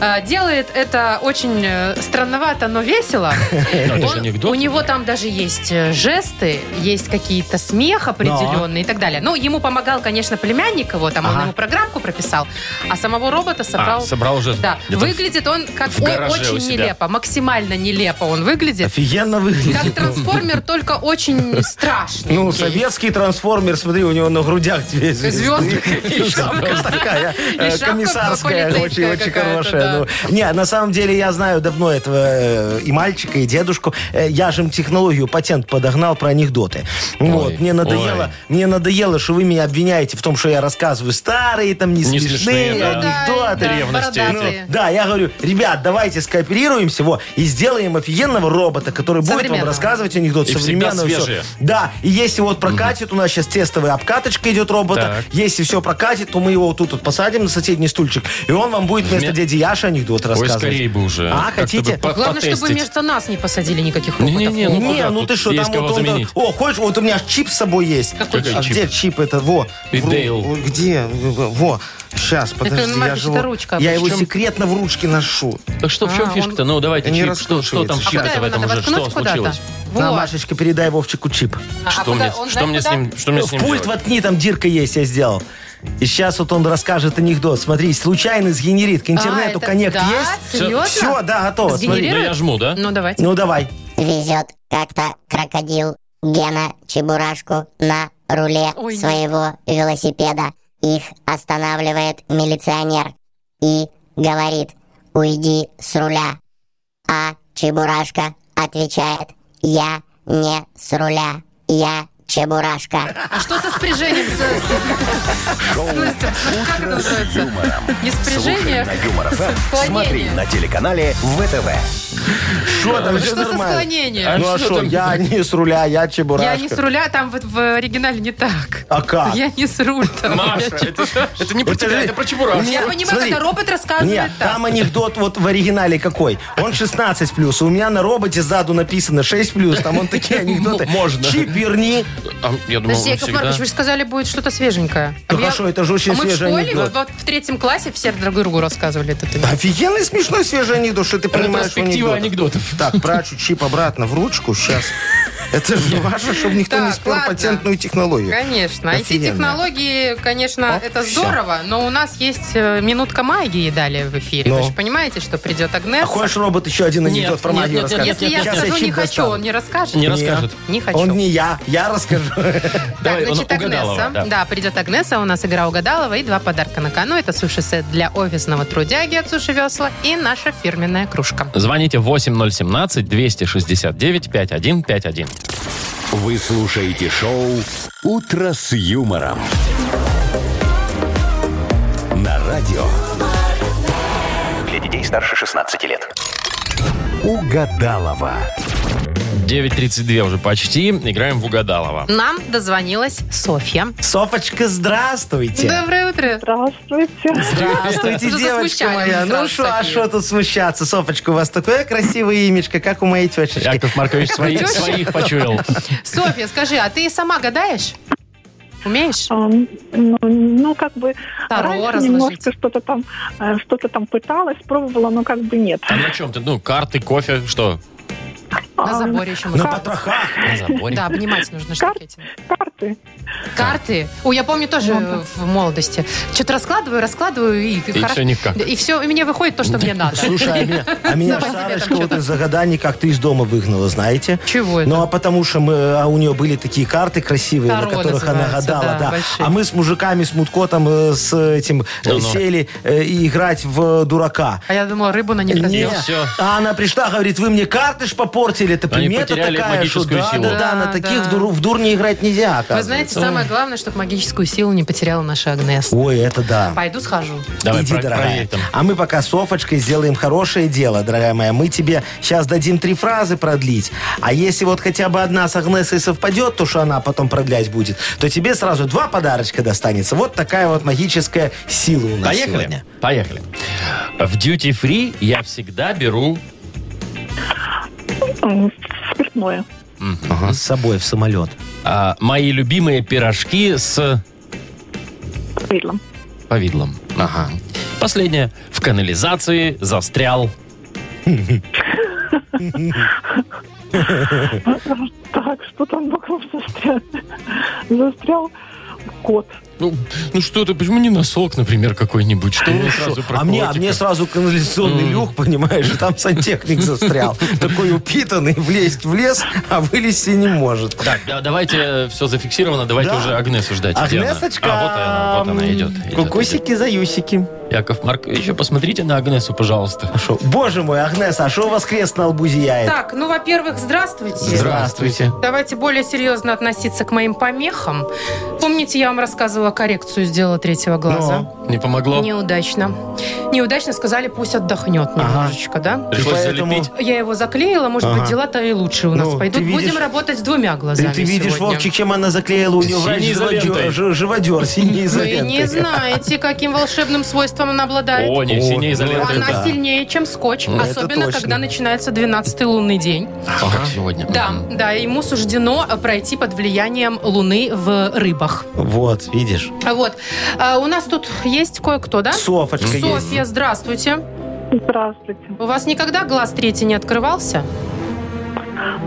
А, делает это очень э, странновато, но весело. Да, Ну, это же Он- анекдот. у него там даже есть э, жесты, есть какие-то смех определенные и так далее. Ну, ему помогал, конечно, племянник его, там он Ага. ему программку прописал, а самого робота собрал... А, собрал уже. Да, где-то в- выглядит он как в ой, гараже у очень себя. нелепо, максимально нелепо он выглядит. Офигенно Как выглядит. трансформер, только очень страшный. Ну, советский трансформер, смотри, у него на грудях две звезды. Звезды. Шапка такая, э, шапка комиссарская, полицейская очень-очень какая-то, хорошая. да. ну. Не, на самом деле я знаю давно этого э, и мальчика, и дедушку. Э, Я же им технологию, патент подогнал про анекдоты. Ну Вот, мне ой. надоело, мне надоело, что вы меня обвиняете в том, что я рассказываю старые, там, не Не смешные смешные, да. анекдоты. Ну да, Ну, ревности бородатые. Ну, Да, я говорю, ребят, давайте скооперируемся во, и сделаем офигенного робота, который будет вам Современного. рассказывать анекдот И всегда современного. всё. свежие. Да, и если вот прокатит, у нас сейчас тестовая обкаточка идет робота, Так. если все прокатит, то мы его вот тут вот посадим на соседний стульчик, и он вам будет вместо Вме- дяди Яши анекдот Ой, рассказывать. скорее бы уже. А, Как-то хотите? бы по- Главное, чтобы потестить. между нас не посадили никаких роботов. Не-не-не, ну, Не, пока ну тут ты что, есть там вот кого он... заменить. О, хочешь, вот у меня аж чип с собой есть. Какой а чип? где чип это? Во. И Вру- Дейл. Ой, Где? Во. Сейчас, подожди, я Маркович, же это его- ручка Я обычно. его секретно в ручке ношу. Так что в чем А, он- фишка-то? Ну, давайте, Не чип, что, что там раскручивается. А чип куда в его этом надо уже? Что воткнуть куда-то? случилось? На, Вот. Машечка, передай Вовчику чип. А Что куда- мне, что он знает, мне с куда? ним, что мне с в ним пульт делать? воткни, там дырка есть, я сделал. И сейчас вот он расскажет анекдот. Смотри, случайно сгенерит. К А, интернету это- коннект да? есть. Серьезно? Все, да, готово. Смотри. Сгенерирует? Ну, я жму, да? Ну, давайте. Ну давай. Везет как-то крокодил Гена Чебурашку на руле Ой, нет. своего велосипеда. Их останавливает милиционер и говорит «Уйди с руля». А Чебурашка отвечает «Я не с руля, я Чебурашка». А что со спряжением? С- с- Шоу с- с- Как это «Утро с ну, называется? юмором». Не Слушай спряжение, на Юмор а ФМ, смотри отклонение. на телеканале ВТВ. Что там, ну, все Что со нормально. склонением? Ну а что что, там? я не с руля, я чебурашка. Я не с руля, там вот в оригинале не так. А как? Я не с руль. там. Маша, это, это не про Это тебя, же- это про Чебурашку. Я понимаю, Смотри. когда робот Нет, рассказывает так. там анекдот вот в оригинале какой. Он 16 плюс. У меня на роботе сзаду написано 6 плюс. Там он такие анекдоты. Можно. Чиперни. А, я думал, Подожди, он Яков всегда... Маркович, вы же сказали, будет что-то свеженькое. Да А я- хорошо, это же очень А мы в свежий школе, анекдот. вот вот в третьем классе все друг другу рассказывали этот анекдот. Офигенный смешной свежий анекдот, что ты понимаешь в Ретроспектива анекдотах. Так, прачу чип обратно в ручку сейчас. Это же важно, чтобы никто не Так, спер ладно. патентную технологию. Конечно. Офигенно. IT-технологии, конечно, Оп, это всё. здорово, но у нас есть э, минутка магии далее в эфире. Ну. Вы же понимаете, что придет А Агнес. хочешь робот еще один Нет, анекдот про нет, магию нет, нет, расскажет? Если я Сейчас скажу, чип не хочу, достану. он не расскажет? Не расскажет. Не хочу. Он не я, я расскажу. Так, Давай, значит, он угадалова, Агнеса. да. Да. придет Агнеса, у нас игра угадалова и два подарка на кону. Это суши-сет для офисного трудяги от Суши Весла и наша фирменная кружка. Звоните 8017-269-5151. Вы слушаете шоу «Утро с юмором». На радио Для детей старше 16 лет. «Угадалова». 9.32 уже почти. Играем в Угадалова. Нам дозвонилась Софья. Софочка, здравствуйте. Доброе утро. Здравствуйте. Здравствуйте, Уже девочка засмущали моя. мы сразу Ну что, а такие. что тут смущаться? Софочка, у вас такое красивое имечко, как у моей тещечки. Яков Маркович свои- Теща. своих почуял. Софья, скажи, а ты сама гадаешь? Умеешь? Ам, Ну, ну, как бы Таро разложить. раньше немножко что-то там, э, что-то там пыталась, пробовала, но как бы нет. А на чем ты? Ну, карты, кофе, что? На Ам, заборе еще На можно. потрохах. На заборе. Да, обнимать нужно Кар- штуки этим. Карты. Карты. О, я помню тоже Ну, э, в молодости. Что-то раскладываю, раскладываю и... И все никак. И все, и мне выходит то, что мне надо. Слушай, а меня, а меня Давай тебе там Сарочка вот что-то. из-за гаданий как-то из дома выгнала, знаете? Чего это? Ну, а потому что мы, а у нее были такие карты красивые, Таро на которых она называются, гадала, да, да. большие. А мы с мужиками, с Муткотом, э, с этим э, Ну-ну. сели э, и играть в дурака. А я думала, рыбу на них Не. раздела. Всё. А она пришла, говорит, вы мне карты ж попортили, это Они примета потеряли такая, что магическую да, силу. да, да, на Да, таких да. дур- в дур не играть нельзя, Вы оказывается. знаете, самое главное, чтобы магическую силу не потеряла наша Агнес. Ой, это да. Пойду схожу. Давай, Иди, про- проверь дорогая. там. А мы пока с Офочкой сделаем хорошее дело, дорогая моя. Мы тебе сейчас дадим три фразы продлить. А если вот хотя бы одна с Агнесой совпадет, то, что она потом продлять будет, то тебе сразу два подарочка достанется. Вот такая вот магическая сила у нас Поехали. сегодня. Поехали. В Duty Free я всегда беру... М, Спиртное. Ага, с собой в самолет. а, мои любимые пирожки с Быдлом. повидлом. Ага. Последнее. В канализации застрял. Так, что там вокруг застрял? Застрял кот. Ну, ну что ты, почему не носок, например, какой-нибудь? Что вы сразу про а, мне, а котика? мне сразу канализационный люк, понимаешь, и там сантехник застрял. Такой упитанный, влезть в лес, а вылезти не может. Так, да, давайте все зафиксировано, давайте Да. уже Агнесу ждать. Где она? Агнесочка, А, вот она, вот она идет. идет, идет. Кукусики за юсики. Яков Маркович, еще посмотрите на Агнесу, пожалуйста. Шо? Боже мой, Агнеса, а что у вас крест на лбу зияет? Так, ну, во-первых, здравствуйте. Здравствуйте. Давайте более серьезно относиться к моим помехам. Помните, я вам рассказывала, коррекцию сделала Ну, третьего глаза? Не помогло? Неудачно. Неудачно сказали, пусть отдохнет немножечко, да? Ты Пришлось поэтому- залепить. Я его заклеила, может Ага. быть, дела-то и лучше у нас Ну, пойдут. ты видишь- Будем работать с двумя Ты, глазами ты видишь, сегодня. Вовчик, чем она заклеила у нее врач Синей изолентой. живодер, ж- живодер синий Вы не знаете, каким волшебным свойством она обладает. О, не, О, синей изолентой. Она да. Ну, сильнее, чем скотч, Это особенно точно. когда начинается 12-й лунный день. А, как сегодня. Да, Мгм. да, ему суждено э, пройти под влиянием Луны в рыбах. Вот, видишь. А Вот. А у нас тут есть кое-кто, да? Ну, Софочка есть. Софья, здравствуйте. Здравствуйте. У вас никогда глаз третий не открывался?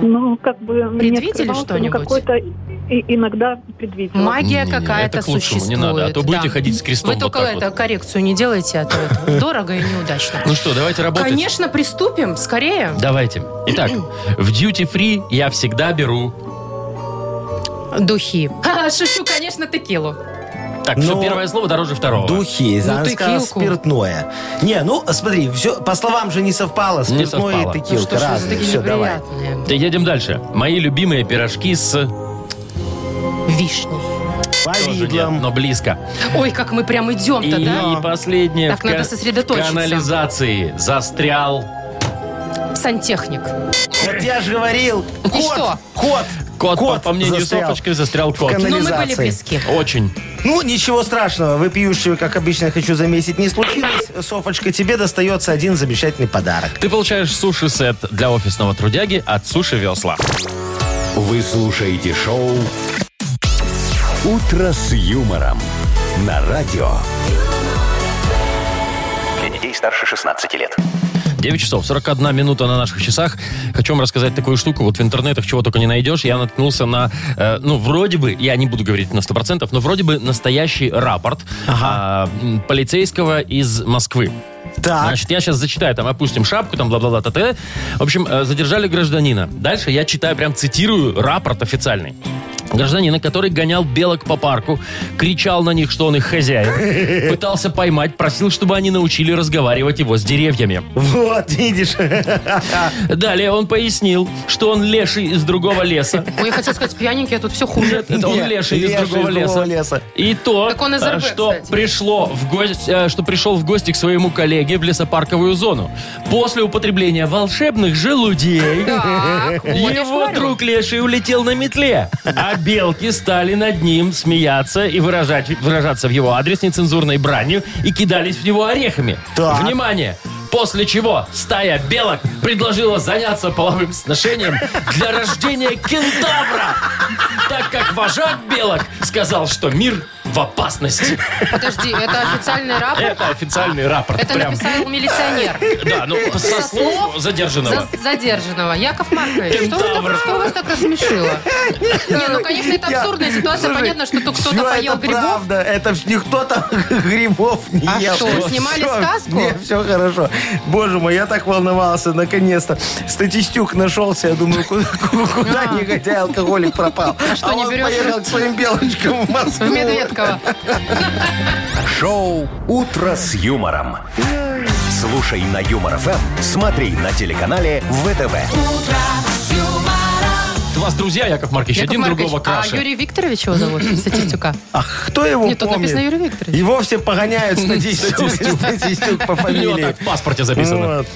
Ну, как бы... мне Предвидели открывался, ну, что-нибудь? Какой-то и- иногда предвидел. Магия Не-не-не, какая-то это к лучшему, существует. не надо, а то будете ходить с крестом Вы вот только так это, вот. коррекцию не делайте, а то это дорого и неудачно. Ну что, давайте работать. Конечно, приступим, скорее. Давайте. Итак, в Duty Free я всегда беру... Духи. Ха, Шучу, конечно, текилу. Так, что Ну, первое слово дороже второго. Духи, Ну, она ты сказала килку. спиртное. Не, ну смотри, все по словам же не совпало. Спиртное совпало. и Ну что текилка ж вы за разные. такие Все, давай. неприятные? Да, Едем дальше. Мои любимые пирожки с... Вишни. Тоже нет, Повидлом. но близко. Ой, как мы прям И, идем-то, да? и последнее. Так в надо ка- сосредоточиться. канализации застрял. С сантехник. Вот я же говорил, И кот, что? кот, Кот, по, по мнению застрял. Софочки, застрял В кот. канали- Ну, мы были Канализации. близки. Очень. Ну, ничего страшного, выпиющего, как обычно, хочу заметить, не случилось. Софочка, тебе достается один замечательный подарок. Ты получаешь суши-сет для офисного трудяги от Суши Весла. Вы слушаете шоу «Утро с юмором» на радио. Для детей старше 16 лет. 9 часов 41 минута на наших часах. Хочу вам рассказать такую штуку. Вот в интернетах чего только не найдешь. Я наткнулся на, э, ну, вроде бы, я не буду говорить на 100%, но вроде бы настоящий рапорт а, м, полицейского из Москвы. Так, Значит, я сейчас зачитаю, там, опустим шапку, там, бла-бла-бла, т.т. В общем, э, задержали гражданина. Дальше я читаю, прям цитирую рапорт официальный. Гражданина, который гонял белок по парку, кричал на них, что он их хозяин, пытался поймать, просил, чтобы они научили разговаривать его с деревьями. вот, видишь. Далее он пояснил, что он леший из другого леса. Ой, я хотела сказать, пьяненький, а тут все хуже. Это он Нет, леший из леший другого из другого леса. леса. И то, Так он из э, РБ, что кстати. пришло в гость, э, что пришел в гости к своему коллеге в лесопарковую зону. После употребления волшебных желудей Так, вот, я ж его говорю. друг леший улетел на метле, а белки стали над ним смеяться и выражать, выражаться в его адрес нецензурной бранью и кидались в него орехами. Так. Внимание! После чего стая белок предложила заняться половым сношением для рождения кентавра, так как вожак белок сказал, что мир в опасности. Подожди, это официальный рапорт? Это официальный рапорт. Это прям. написал милиционер Да, ну со Со слов? слов задержанного. Ну. за- задержанного. Яков Маркович, что, вы Кентавр. так- что вас так рассмешило? Не, ну, конечно, это Я- абсурдная ситуация. Слушай, Понятно, что тут кто-то всё поел это грибов. правда. Это ж никто там грибов не А ел. что, вы снимали Всё, сказку? Не, все хорошо. Боже мой, я так волновался, наконец-то. Статистюк нашелся, я думаю, куда, куда негодяй алкоголик пропал. А. что, а не он берешь? поехал к своим белочкам в Москву. В Медведково. Шоу «Утро с юмором». Слушай на Юмор ФМ, смотри на телеканале ВТВ. У вас друзья, Яков Маркович, Яков один Маркович, другого А краше. Юрий Викторович его зовут, статистюка. А кто его Нет, тут помнит? написано Юрий Викторович. Его все погоняют статистюк, статистюк по У него фамилии. так в паспорте записано. Вот.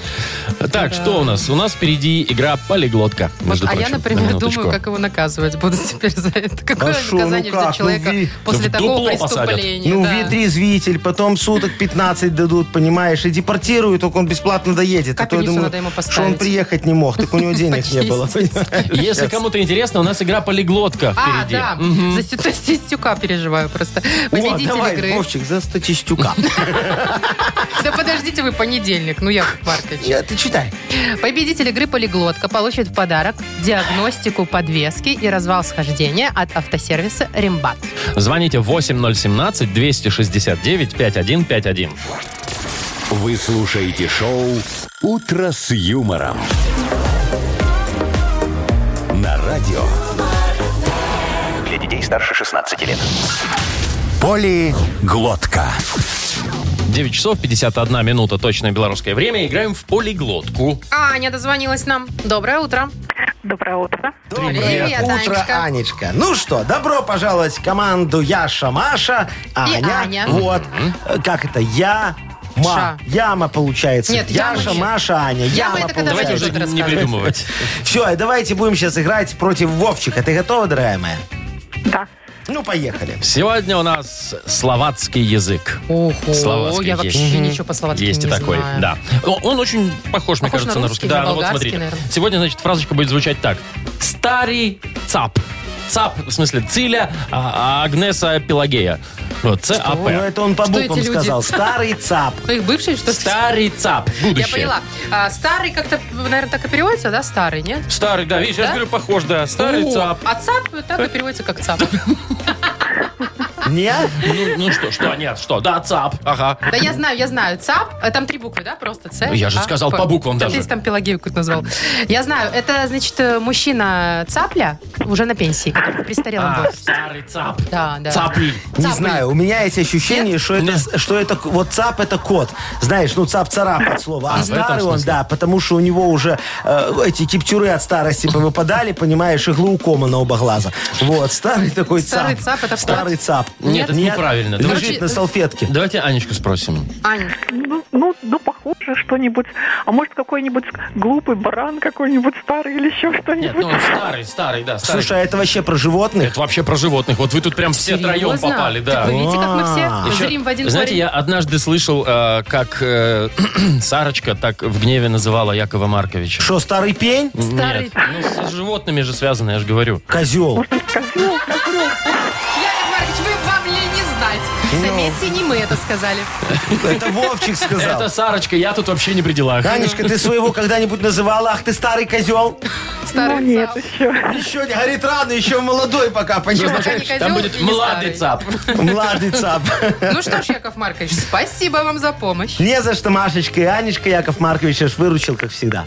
Так, что у нас? У нас впереди игра полиглотка. Вот, между а я, прочим, на например, минуточку. думаю, как его наказывать будут теперь за это. Какое шо, ну наказание ждет как, человека ну ви- Да после в такого дупло посадят. преступления? Ну, да. вид-резвитель, потом суток 15 дадут, понимаешь, и депортируют, только он бесплатно доедет. а то я Капельницу думаю, надо ему что он поставить. приехать не мог, так у него денег не было. Почистить. понимаешь? Если кому-то интересно, у нас игра полиглотка А, впереди. да, за ст- за статистюка переживаю просто. О, Победитель давай, игры. Вовчик, за статистюка. Да подождите вы понедельник, ну, Яков Маркович. Я- Ты читай. Победитель игры «Полиглотка» получит в подарок диагностику подвески и развал схождения от автосервиса «Рембат». Звоните 8017-269-5151. Вы слушаете шоу «Утро с юмором». На радио Для детей старше 16 лет. «Полиглотка». 9 часов 51 минута, точное белорусское время. Играем в полиглотку. А, Аня дозвонилась нам. Доброе утро. Доброе утро. Привет, утро, Анечка. Анечка. Ну что, добро пожаловать в команду Яша, Маша, Аня. Аня. Вот. Э, Как это? Я, Ша. Ма. Яма получается. Нет, Яша, ямочек. Маша, Аня. Яма Яма это когда Давайте Давай уже я тебе не расскажу. придумывать. Все, а давайте будем сейчас играть против Вовчика. Ты готова, дорогая моя? Да. Ну, поехали. Сегодня у нас словацкий язык. Ого, Словацкий я есть. вообще ничего по словацки Есть и не такой, знаю. да. О, Он очень похож, мне Похож кажется, на на русский, русский. Да, на ну вот болгарский, смотрите. наверное. Сегодня, значит, фразочка будет звучать так. Старый ЦАП. ЦАП, в смысле, Циля а, Агнеса Пелагея. Вот, А, ЦАП. Ну, это он по Что буквам эти люди? сказал. Старый ЦАП. Ну, их бывший, что ли? Старый ЦАП. Я Будущее. поняла. А, старый как-то, наверное, так и переводится, да? Старый, нет? Старый, да, видишь, я же Да? говорю, похож, да. Старый О, ЦАП. А ЦАП так и переводится как ЦАП. Не? Ну, ну что, что, нет, что, да, ЦАП, ага. Да я знаю, я знаю. ЦАП, э, там три буквы, да, просто Ц. Ну, я же А, сказал П. по буквам Да даже. Ты там Пелагею какую-то назвал. Я знаю, это, значит, э, мужчина Цапля, уже на пенсии, который престарелым был. А, старый ЦАП. Да, да. Цапль. Не Цап, знаю, у меня есть ощущение, что это, Нет. что это, вот ЦАП это кот. Знаешь, ну ЦАП царап от слова. А, в этом старый он, смысле? да, потому что у него уже э, эти киптюры от старости выпадали, понимаешь, и глаукома на оба глаза. Вот, старый такой ЦАП. Старый ЦАП это кот? э, Старый ЦАП. Нет, это Нет? неправильно. Давайте, Лежит на салфетке. давайте Анечку спросим. Ань, Ну, ну, ну, похоже, что-нибудь. А может, какой-нибудь глупый баран какой-нибудь старый или еще Нет, что-нибудь. ну он старый, старый, да, старый. Слушай, а это вообще про животных? это вообще про животных. Вот вы тут прям все троем серьезно? попали, да. Так Вы видите, как мы все А. Еще- зрим в один Знаете, корень? я однажды слышал, э, как э, Сарочка так в гневе называла Якова Марковича. Что, старый пень? Старый- Нет, ну с животными же связано, я же говорю. Козел. Может, козел, козел. Яков Маркович, вы вам ли не Ну. знать? Заметьте, не мы это сказали. Это Вовчик сказал. Это Сарочка, я тут вообще не при делах. Анечка, ты своего когда-нибудь называла? Ах ты старый козел. Ну, Старый нет, цап. еще. Еще не горит рано, еще молодой пока, пока понимаешь? не Ну, козел Там и будет не младый старый. цап. Младый цап. Ну что ж, Яков Маркович, спасибо вам за помощь. Не за что, Машечка и Анечка Яков Маркович аж выручил, как всегда.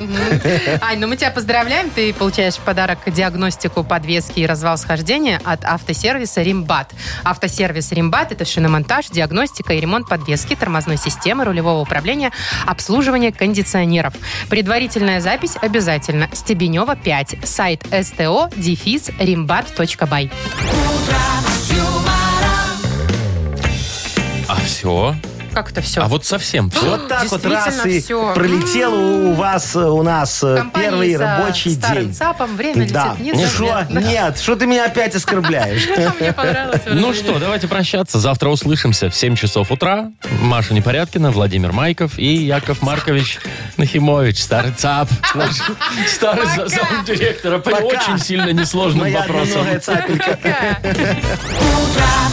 Ань, ну мы тебя поздравляем. Ты получаешь в подарок диагностику подвески и развал схождения от автосервиса «Римбат». Автосервис «Римбат» — это шиномонтаж, диагностика и ремонт подвески, тормозной системы, рулевого управления, обслуживание кондиционеров. Предварительная запись обязательно. Стебенева, 5. Сайт sto дефис rimbat.by. А все? Как это все? А вот совсем все? Вот так вот Действительно раз и всё. пролетел у у вас, э, у нас э, Компании первый за рабочий старым день. ЦАПом время Да. летит Ну что? незаметно. Нет, что ты меня опять оскорбляешь? Мне понравилось. Ну что, давайте прощаться. Завтра услышимся в 7 часов утра. Маша Непорядкина, Владимир Майков и Яков Маркович Нахимович. Старый ЦАП. Наш Старый за- замдиректора. по Пока. Очень сильно несложным Моя вопросом. одноногая цапелька. Пока. Утро